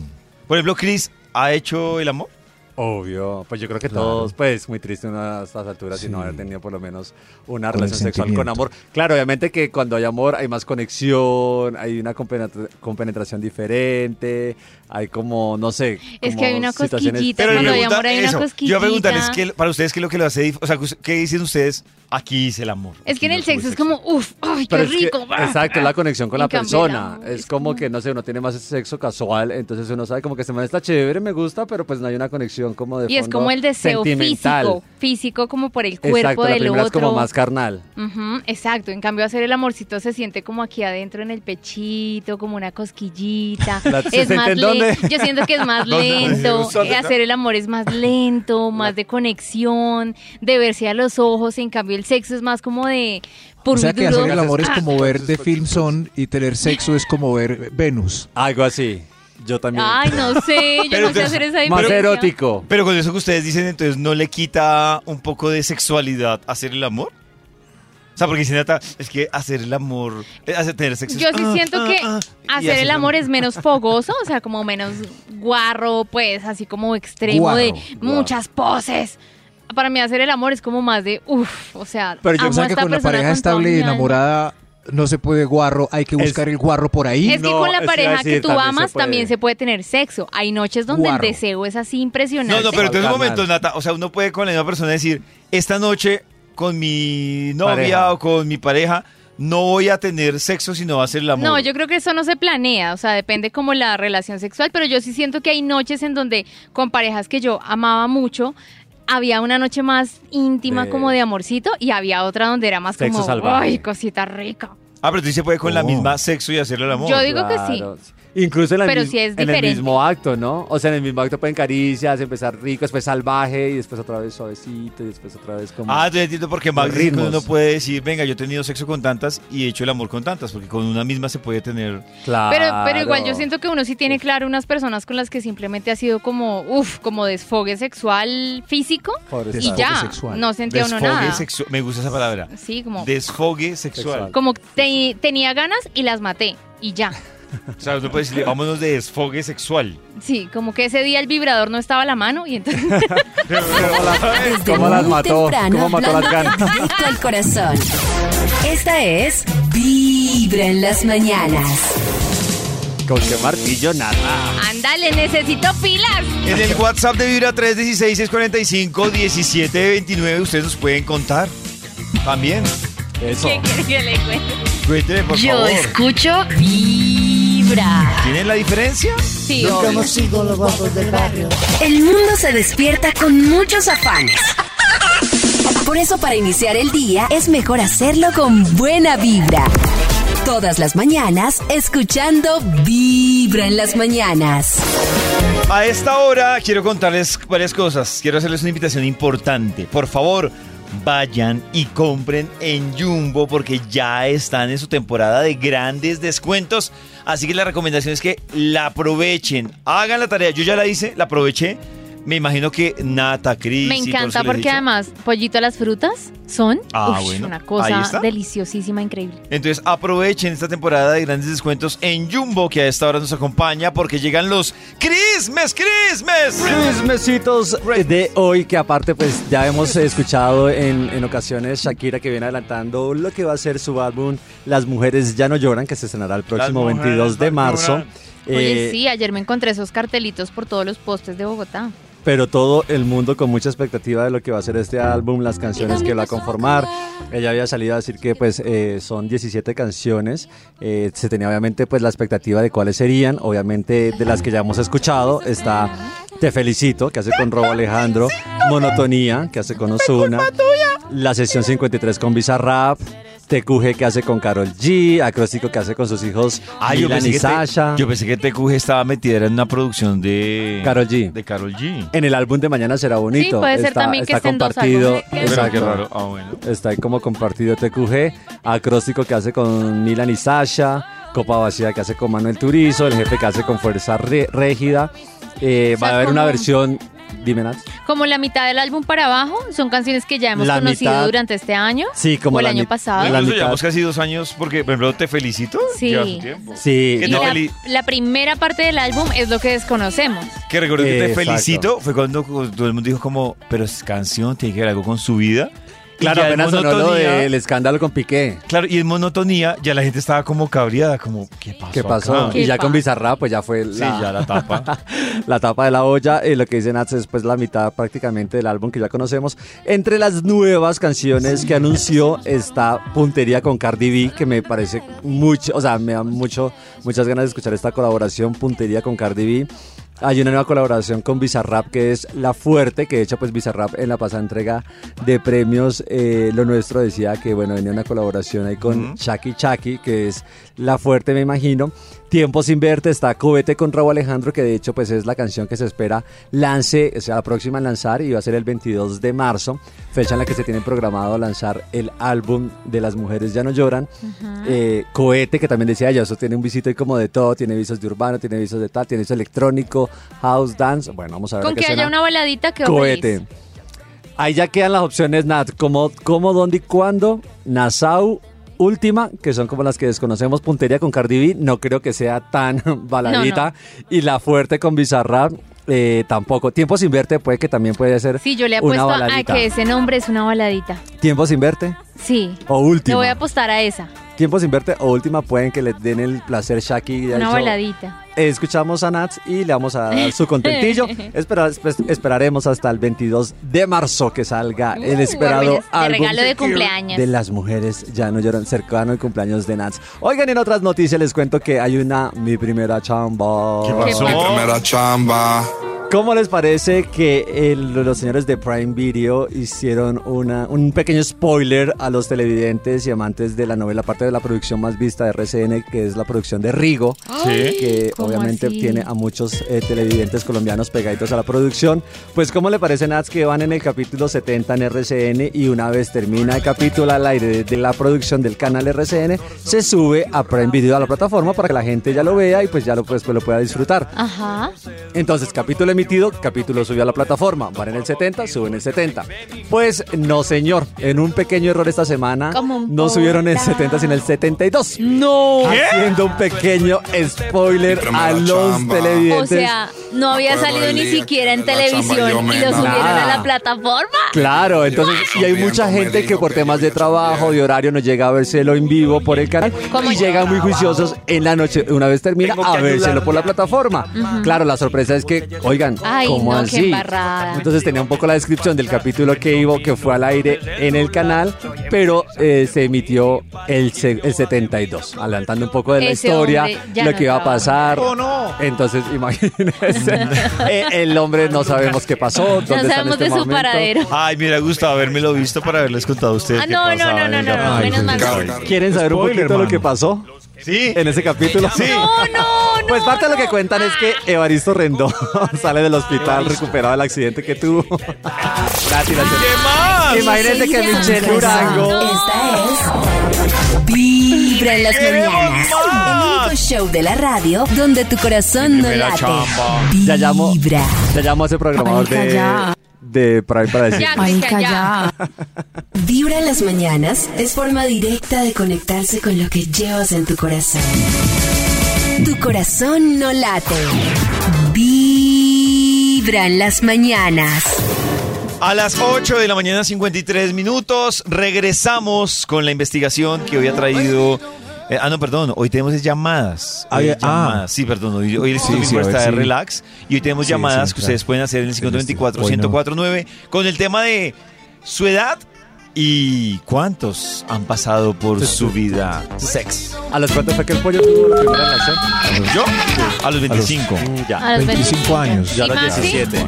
S2: Por ejemplo, Chris, ¿ha hecho el amor?
S4: Obvio, pues yo creo que
S2: Claro.
S4: todos, pues muy triste uno a estas alturas y no haber tenido por lo menos una
S5: Con el
S4: relación sexual con
S5: sentimiento.
S4: amor. Claro, obviamente que cuando hay amor hay más conexión, hay una compenetra- compenetración diferente, hay como, no sé.
S3: Es que
S4: como
S3: hay una
S4: situaciones-
S3: cosquillita, Pero
S2: me
S3: cuando hay
S2: pregunta
S3: amor hay una
S2: eso. Yo voy a preguntar, es
S3: cosquillita.
S2: que para ustedes, ¿qué es lo que lo hace? dif- O sea, ¿qué dicen ustedes? Aquí hice el amor.
S3: Es que en el sexo es como, uff, ay, qué
S4: Pero es que-
S3: rico. ah,
S4: exacto,
S3: ah.
S4: la conexión con
S3: En
S4: la
S3: cambio, el
S4: persona.
S3: amor
S4: Es como que, no sé, uno tiene más sexo casual, entonces uno sabe como que este man está chévere, me gusta, pero pues no hay una conexión como de
S3: Y es
S4: fondo
S3: como el deseo
S4: sentimental.
S3: físico, físico como por el cuerpo
S4: Exacto, la
S3: del
S4: primera
S3: otro.
S4: es como más carnal.
S3: Ujú, exacto, en cambio hacer el amorcito se siente como aquí adentro en el pechito, como una cosquillita.
S4: La- ¿se
S3: es
S4: siente
S3: más
S4: en
S3: lento.
S4: dónde?
S3: Yo siento que es más
S4: ¿Dónde?
S3: lento.
S4: Sí, sí, sí.
S3: hacer el amor es más lento, más de conexión, de verse a los ojos. En cambio el sexo es más como de por
S5: O sea
S3: un
S5: que
S3: duro-
S5: hacer el amor es
S3: Ah,
S5: como ver The Film Zone y tener sexo es como ver Venus.
S4: Algo así. Yo también.
S3: Ay, no sé, yo no sé hacer esa diferencia.
S4: erótico.
S2: Pero con eso que ustedes dicen, entonces, ¿no le quita un poco de sexualidad hacer el amor? O sea, porque dicen, Nata, es que hacer el amor, eh, hacer, tener sexo. es-
S3: Yo sí
S2: ah,
S3: siento
S2: ah,
S3: que
S2: ah. Y
S3: hacer
S2: haces
S3: el
S2: la-
S3: amor es menos fogoso, o sea, como menos guarro, pues, así como extremo
S4: Guarro,
S3: de
S4: guarro.
S3: muchas poses. Para mí hacer el amor es como más de, uff, o sea,
S5: Pero yo
S3: amo a
S5: pensaba que
S3: esta
S5: con la
S3: persona
S5: pareja
S3: con toda
S5: estable
S3: mi
S5: y
S3: alma.
S5: enamorada no se puede guarro, hay que buscar el guarro por ahí.
S3: Es que con la pareja que tú amas también se puede tener sexo. Hay noches donde
S2: Guarro.
S3: el deseo es así impresionante.
S2: No, no, pero en un momento, Nata, o sea, uno puede con la misma persona decir, esta noche con mi novia
S4: Pareja.
S2: o con mi pareja no voy a tener sexo, sino va a ser el amor.
S3: No, yo creo que eso no se planea, o sea, depende como la relación sexual, pero yo sí siento que hay noches en donde con parejas que yo amaba mucho, había una noche más íntima
S2: De-
S3: como de amorcito y había otra donde era más
S2: Sexo
S3: como,
S2: salvaje.
S3: ay, cosita rica.
S2: Ah, pero tú sí se puede con la misma sexo y hacerle el amor.
S3: Yo digo que sí.
S4: Incluso en, la
S3: Pero
S4: mis-
S3: sí es
S4: en el
S3: diferente.
S4: mismo acto, ¿no? O sea, en el mismo acto pueden caricias, empezar rico, después salvaje y después otra vez suavecito y después otra vez como...
S2: Ah, yo entiendo porque Max
S4: Los
S2: dice que
S4: ritmos.
S2: uno puede decir, venga, yo he tenido sexo con tantas y he hecho el amor con tantas, porque con una misma se puede tener.
S4: Claro.
S3: Pero, pero igual yo siento que uno sí tiene claro unas personas con las que simplemente ha sido como, uff, como desfogue sexual físico y ya, no sentía uno
S2: Desfogue
S3: nada.
S2: sexual. Me gusta esa palabra.
S3: Sí, como,
S2: Desfogue sexual.
S3: como te- tenía ganas y las maté y ya.
S2: O sea, uno puede decirle, vámonos de desfogue sexual.
S3: Sí, como que ese día el vibrador no estaba a la mano y entonces...
S4: ¿Cómo las
S6: Muy
S4: mató?
S6: temprano,
S4: ¿Cómo mató las
S6: hablándote
S4: ganas?
S6: Directo al corazón. Esta es Vibra en las mañanas.
S4: Con qué martillo nada.
S3: Ándale, necesito pilas.
S2: En el WhatsApp de Vibra 316-645-1729 ustedes nos pueden contar también. Eso.
S3: ¿Qué quiere que le cuente?
S2: Cuénteme, por
S3: Yo
S2: favor.
S3: escucho Vibra.
S2: ¿Tienen la diferencia?
S3: Sí,
S2: Nunca
S3: obvio.
S2: hemos
S6: sido los guapos del barrio. El mundo se despierta con muchos afanes. Por eso para iniciar el día es mejor hacerlo con buena vibra. Todas las mañanas escuchando Vibra en las mañanas.
S2: A esta hora quiero contarles varias cosas. Quiero hacerles una invitación importante. Por favor, vayan y compren en Jumbo porque ya están en su temporada de grandes descuentos. Así que la recomendación es que la aprovechen. Hagan la tarea. Yo ya la hice, la aproveché. Me imagino que Nata, Cris.
S3: Me
S2: y todos los que
S3: encanta
S2: les he
S3: porque
S2: dicho.
S3: además, pollito a las frutas son
S2: Ah,
S3: ush,
S2: bueno,
S3: una
S2: ahí
S3: cosa
S2: está.
S3: deliciosísima, increíble.
S2: Entonces aprovechen esta temporada de grandes descuentos en Jumbo que a esta hora nos acompaña porque llegan los Christmas, Christmas.
S4: Chismecitos de hoy que aparte pues ya hemos escuchado en, en ocasiones Shakira que viene adelantando lo que va a ser su álbum Las mujeres ya no lloran que se estrenará el próximo
S12: mujeres
S4: 22 de marzo.
S3: Oye,
S4: Eh,
S3: sí, ayer me encontré esos cartelitos por todos los postes de Bogotá.
S4: pero todo el mundo con mucha expectativa de lo que va a ser este álbum, las canciones que lo va a conformar. Ella había salido a decir que pues eh, son 17 canciones, Eh, se tenía obviamente pues la expectativa de cuáles serían, obviamente de las que ya hemos escuchado está Te Felicito, que hace con Robo Alejandro, Monotonía, que hace con Ozuna, La Sesión 53 con Bizarrap, TQG que hace con Carol G, Acróstico que hace con sus hijos
S2: Ah, yo
S4: Milan
S2: pensé,
S4: y
S2: que
S4: Sasha.
S2: te, yo pensé que TQG estaba metida en una producción de
S4: Karol G.
S2: De Carol G.
S4: En el álbum de mañana será bonito.
S3: Sí, puede ser también que
S4: está
S3: estén dos
S4: compartido.
S3: álbumes. Pero
S4: exacto.
S2: qué raro. Ah, bueno.
S4: Está ahí como compartido TQG, acróstico que hace con Milan y Sasha, Copa Vacía que hace con Manuel Turizo, el jefe que hace con Fuerza Re- Régida. Eh, va a haber una
S3: como-
S4: versión, dime Nat.
S3: Como la mitad del álbum para abajo son canciones que ya hemos
S4: La
S3: conocido
S4: mitad-
S3: durante este año.
S4: Sí, como
S3: o el
S4: la
S3: año
S4: mit-
S3: pasado.
S4: la
S2: Incluso
S4: mitad.
S2: Ah, llevamos casi dos años porque, por ejemplo, Te Felicito.
S3: Sí.
S2: lleva su tiempo.
S4: Sí,
S2: Que, te
S3: Y la,
S2: feli-
S3: la primera parte del álbum es lo que desconocemos.
S2: que recuerdo que Te
S4: Exacto.
S2: Felicito fue cuando todo el mundo dijo como, pero es canción, tiene que ver algo con su vida. Y
S4: Claro,
S2: ya en
S4: apenas sonó lo
S2: monotonía-
S4: del escándalo con Piqué.
S2: Claro, y en monotonía ya la gente estaba como cabreada, como, ¿qué pasó?
S4: ¿Qué pasó?
S2: acá?
S4: Y ya
S3: ¿Qué
S4: con
S3: pa-
S4: Bizarra, pues ya fue la,
S2: Sí, ya la tapa.
S4: la tapa de la olla. eh, lo que dicen Nats es pues la mitad prácticamente del álbum que ya conocemos. Entre las nuevas canciones que anunció está Puntería con Cardi B, que me parece mucho, o sea, me da mucho, muchas ganas de escuchar esta colaboración, Puntería con Cardi B. Hay una nueva colaboración con Bizarrap que es La Fuerte, que de hecho pues Bizarrap en la pasada entrega de premios eh, Lo Nuestro decía que bueno, venía una colaboración ahí con Chucky Chucky, que es La Fuerte me imagino. Tiempo sin verte está Cubete con Raúl Alejandro, que de hecho pues es la canción que se espera lance, o sea, la próxima a lanzar y va a ser el 22 de marzo, fecha en la que se tiene programado lanzar el álbum de Las Mujeres Ya No Lloran. Eh, cohete, que también decía yo, eso tiene un visito ahí como de todo, tiene visos de urbano, tiene visos de tal, tiene visos electrónico, house dance, bueno, vamos a ver
S3: Con
S4: a qué
S3: que haya
S4: suena.
S3: una baladita que
S4: Cohete. Ahí ya quedan las opciones, Nat, como, cómo, dónde y cuándo, Nassau, última, que son como las que desconocemos, puntería con Cardi B, no creo que sea tan baladita, y la fuerte con Bizarrap, eh, tampoco. Tiempo sin verte puede que también puede ser
S3: Sí, yo
S4: una
S3: le apuesto a
S4: baladita.
S3: que ese nombre es una baladita.
S4: Tiempo sin verte
S3: Sí.
S4: o
S3: Le
S4: última.
S3: voy a apostar a esa.
S4: Tiempo sin verte o última pueden que le den el placer Shaki. de
S3: Una
S4: eso.
S3: baladita.
S4: Escuchamos a Nats y le vamos a dar su contentillo. Espera- espe- esperaremos hasta el 22 de marzo que salga el
S3: Uh,
S4: esperado
S3: de
S4: álbum
S3: regalo de cumpleaños.
S4: de las mujeres ya no lloran cercano el cumpleaños de Nats. Oigan, en otras noticias les cuento que hay una mi primera chamba.
S2: ¿Qué pasó?
S14: Mi primera chamba.
S4: ¿Cómo les parece que el- los señores de Prime Video hicieron una, un pequeño spoiler a los televidentes y amantes de la novela, parte de la producción más vista de RCN, que es la producción de Rigo, que
S2: Ay,
S3: ¿Eh? ¿cómo
S4: obviamente
S3: así?
S4: tiene a muchos eh, televidentes colombianos pegaditos a la producción? Pues ¿cómo le parece, Nats, que van en el capítulo 70 en RCN y una vez termina el capítulo al aire de, de la producción del canal RCN, se sube a Prime Video a la plataforma para que la gente ya lo vea y pues ya lo, pues, lo pueda disfrutar?
S3: Ajá.
S4: Entonces, capítulo emitido, capítulo subió a la plataforma. Van en el 70, suben el 70. Pues no, señor. En un pequeño error esta semana,
S3: Como un
S4: no subieron el
S3: puta.
S4: 70, sino el 72.
S3: No.
S4: Haciendo un pequeño spoiler a los
S3: O
S4: televidentes.
S3: sea, no había salido ni siquiera en televisión
S14: yo me
S3: y lo subieron
S4: enamoré.
S3: a la plataforma.
S4: Claro, entonces, y hay mucha gente que por temas de trabajo, de horario, no llega a vérselo en vivo por el canal y llegan muy juiciosos en la noche, una vez termina, a vérselo por la plataforma. Claro, la sorpresa es que, oigan,
S3: Ay,
S4: ¿cómo
S3: no, qué
S4: así?
S3: embarrada.
S4: Entonces tenía un poco la descripción del capítulo que iba, que fue al aire en el canal, pero eh, se emitió el, se- el 72, adelantando un poco de la
S3: Ese
S4: historia,
S3: hombre ya
S4: lo
S3: no
S4: que iba a
S3: estaba.
S4: pasar. Entonces, imagínense, eh, el hombre no sabemos qué pasó, dónde está
S3: No
S4: en
S3: sabemos
S4: este
S3: de su
S4: momento.
S3: paradero.
S2: Ay, me hubiera gustado habermelo visto para haberles contado a ustedes.
S3: Ah,
S2: qué
S3: no, no,
S2: pasaba
S3: no,
S2: en
S3: no,
S2: el
S3: no, no,
S2: capítulo.
S3: menos mal.
S4: ¿Quieren saber un
S2: Spoiler,
S4: poquito lo
S2: mano.
S4: que pasó?
S2: Sí.
S4: En ese capítulo.
S2: Sí.
S3: No, no, no.
S4: Pues parte de lo que cuentan es que Evaristo Rendón sale del hospital recuperado del accidente que tuvo. Nati, la- Imagínense que Michelle Durango.
S6: Vibra en las mañanas. El único show de la radio donde tu corazón no
S4: primera
S6: late.
S4: chamba. Ya llamo,
S6: Vibra.
S4: ya llamo a ese programador
S6: Marica,
S4: de,
S6: ya.
S4: de Prime para decir.
S3: Ah, Ya, Cristian, ya.
S6: Vibra en las mañanas es forma directa de conectarse con lo que llevas en tu corazón. Tu corazón no late. Vibra en las mañanas.
S2: A las 8 de la mañana, 53 minutos, regresamos con la investigación que hoy ha traído Eh, ah, no, perdón, hoy tenemos es llamadas.
S5: Ah,
S2: Hoy
S5: ya-
S2: es llamadas.
S5: ah.
S2: Sí, perdón, hoy, hoy el
S5: Sí,
S2: Instituto
S5: sí,
S2: Milford
S5: hoy
S2: está de
S5: sí.
S2: relax y hoy tenemos
S5: Sí,
S2: llamadas
S5: sí,
S2: que
S5: claro.
S2: ustedes pueden hacer en el
S5: Sí, sí, sí.
S2: 594-1049 con el tema de su edad y cuántos han pasado
S5: Pues,
S2: por su vida sex.
S4: ¿A los cuántos fue que el pollo tuvo la primera relación?
S5: pues,
S2: ¿Yo? A los 25.
S4: Mm, ya.
S3: A los 25
S5: años.
S2: Ya a los
S3: ¿Y Maxi?
S2: 17.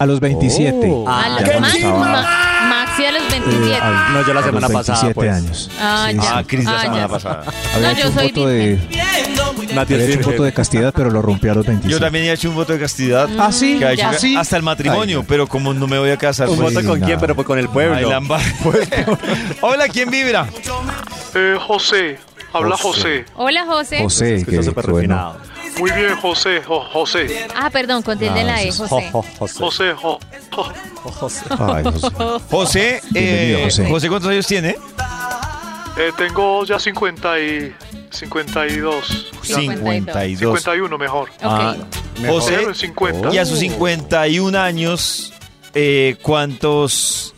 S5: A los 27.
S4: Oh.
S3: A
S5: Ah,
S3: los-
S5: ya
S3: Max-
S5: estaba-
S3: Ma- Maxi a los
S5: Eh,
S3: 27.
S5: ah,
S4: no, yo la semana pasada,
S5: 27
S4: pues.
S5: años.
S3: Ah,
S5: Sí,
S3: ya.
S5: sí.
S2: Ah, Cris la
S3: Ah,
S2: semana
S3: ya.
S2: pasada.
S5: Había
S3: No,
S5: hecho
S3: yo
S5: un
S3: soy
S5: voto de,
S4: Nati
S5: había
S4: es
S5: hecho un
S4: virgen.
S5: voto de castidad, pero lo rompí a los 27.
S2: Yo también he hecho un voto de castidad.
S5: Ah, sí,
S2: Que ha hecho
S5: ya. sí.
S2: Hasta el matrimonio,
S5: Ay.
S2: pero como no me voy a casar.
S4: ¿Un
S2: pues-
S4: voto con quién? Pero pues con el
S2: Ay,
S4: pueblo.
S2: lamba- Hola, ¿quién vibra?
S14: Eh, José, habla José.
S3: Hola, José.
S5: José, que
S4: súper
S5: bueno.
S14: Muy bien, José, jo- José.
S3: Ah, perdón, con tilde en la E, José.
S14: José, jo- jo-
S5: Ay, José.
S2: José,
S5: Bienvenido,
S2: eh, José.
S5: José.
S2: ¿cuántos años tiene?
S14: eh, tengo ya 50 y 52. ya.
S2: 52.
S14: 51 mejor.
S2: Ah,
S14: Mejor.
S2: José,
S14: Pero 50.
S2: y a sus 51 años, eh, ¿cuántos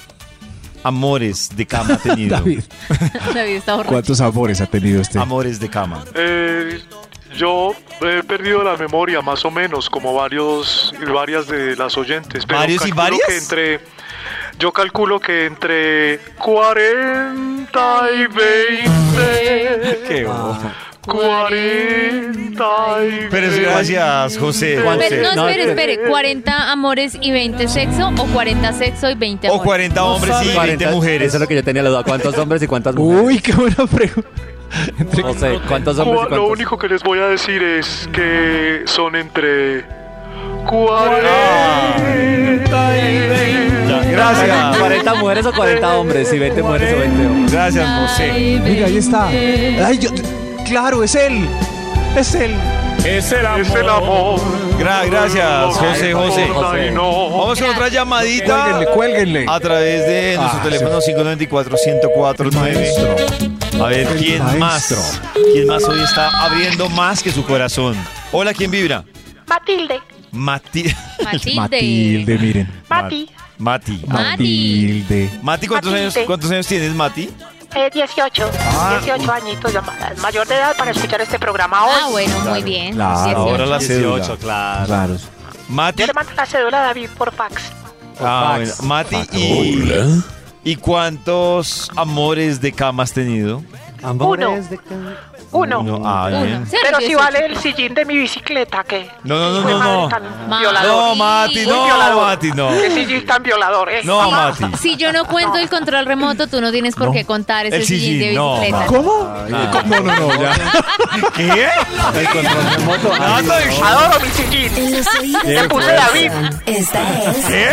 S2: amores de cama ha tenido?
S5: David,
S3: David está borracho.
S5: ¿cuántos amores ha tenido este?
S2: Amores de cama.
S14: Eh, yo he perdido la memoria más o menos, como varios y varias de las oyentes. Pero
S2: ¿Varios y
S14: calculo
S2: varias?
S14: que entre, yo calculo que entre 40 y 20.
S2: Qué bobo.
S14: 40 y
S2: Pero es
S14: 20.
S2: gracias, José.
S3: Pero,
S2: José.
S3: no, espere, espere. 40 amores y 20 sexo o 40 sexo y 20
S2: O
S3: amores.
S2: 40 hombres y 20
S4: 40,
S2: mujeres.
S4: Eso es lo que yo tenía la duda. ¿Cuántos hombres y cuántas mujeres?
S5: Uy, qué buena pregunta.
S4: No sé, ¿cuántos hombres y
S14: Cua- Lo
S4: cuántas?
S14: único que les voy a decir es que son entre 40 y 20.
S2: Ah, Ya, gracias.
S4: 40 mujeres o 40 hombres y 20 mujeres o 20 hombres.
S2: Gracias, José.
S5: Mira, ahí está. Ay, yo, claro, es él. Es él.
S2: Es el
S14: Es el amor.
S2: Gra- gracias, José,
S14: Ay,
S2: José.
S14: José.
S2: Vamos con otra llamadita
S5: Cuélguenle, cuélguenle.
S2: a través de nuestro
S5: Ah,
S2: teléfono 594-1049. A ver, ¿quién
S5: Maestro.
S2: más? ¿Quién más hoy está abriendo más que su corazón? Hola, ¿quién vibra?
S11: Ah. Matilde.
S2: Mati.
S3: Matilde.
S5: Matilde, miren.
S11: Mati.
S2: Mati.
S5: Matilde.
S2: Mati, ¿cuántos años,
S11: Matilde.
S2: ¿cuántos años tienes, Mati?
S11: Eh, 18.
S2: Ah.
S11: 18 añitos de ma- mayor de edad para escuchar este programa hoy.
S3: Ah, bueno, muy bien.
S5: Claro,
S3: Sí, es
S2: Ahora
S3: cierto.
S2: la cédula.
S4: 18, claro.
S5: Claro.
S2: Mati.
S11: Yo le mando la cédula a David por fax.
S2: Ah,
S4: Fax.
S2: bueno, Mati. Y, ¿Y cuántos amores de cama has tenido?
S4: Amores de ca-
S11: Uno.
S2: Uno. Ah, bien.
S3: Cero,
S11: Pero si
S3: 18.
S11: vale el sillín de mi bicicleta, que
S2: No, no, no,
S11: Fue
S2: no,
S11: madre
S2: no.
S11: tan
S3: Ma-
S11: violador.
S2: No, Mati,
S11: Muy
S2: no,
S11: violador.
S2: Mati, no.
S11: Qué sillín tan violador, eh.
S2: No,
S11: Mamá.
S2: Mati.
S3: Si yo no cuento el control remoto, tú no tienes por qué contar ese
S2: El
S3: sillín de
S2: sillín, no,
S3: bicicleta.
S5: ¿Cómo?
S2: Ah.
S5: No, no, no, ya.
S2: ¿Qué? Ah, No, no,
S11: Adoro mi sillín.
S6: En los oídos de
S11: Le
S4: pues.
S6: tu
S11: puse David.
S6: corazón, Esta es
S2: ¿Qué?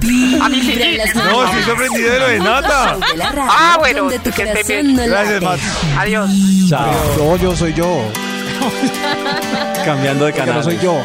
S6: Vibra en las
S2: No, estoy
S6: mañanas.
S2: sorprendido de lo de Nata.
S6: De la radio,
S11: Ah, bueno,
S6: donde tu
S11: que esté
S6: corazón
S11: bien.
S6: no
S2: Gracias,
S6: late.
S2: Mati.
S11: Adiós.
S4: Chao.
S5: No, yo soy yo.
S4: Cambiando de
S5: Que
S4: canal.
S5: no soy yo.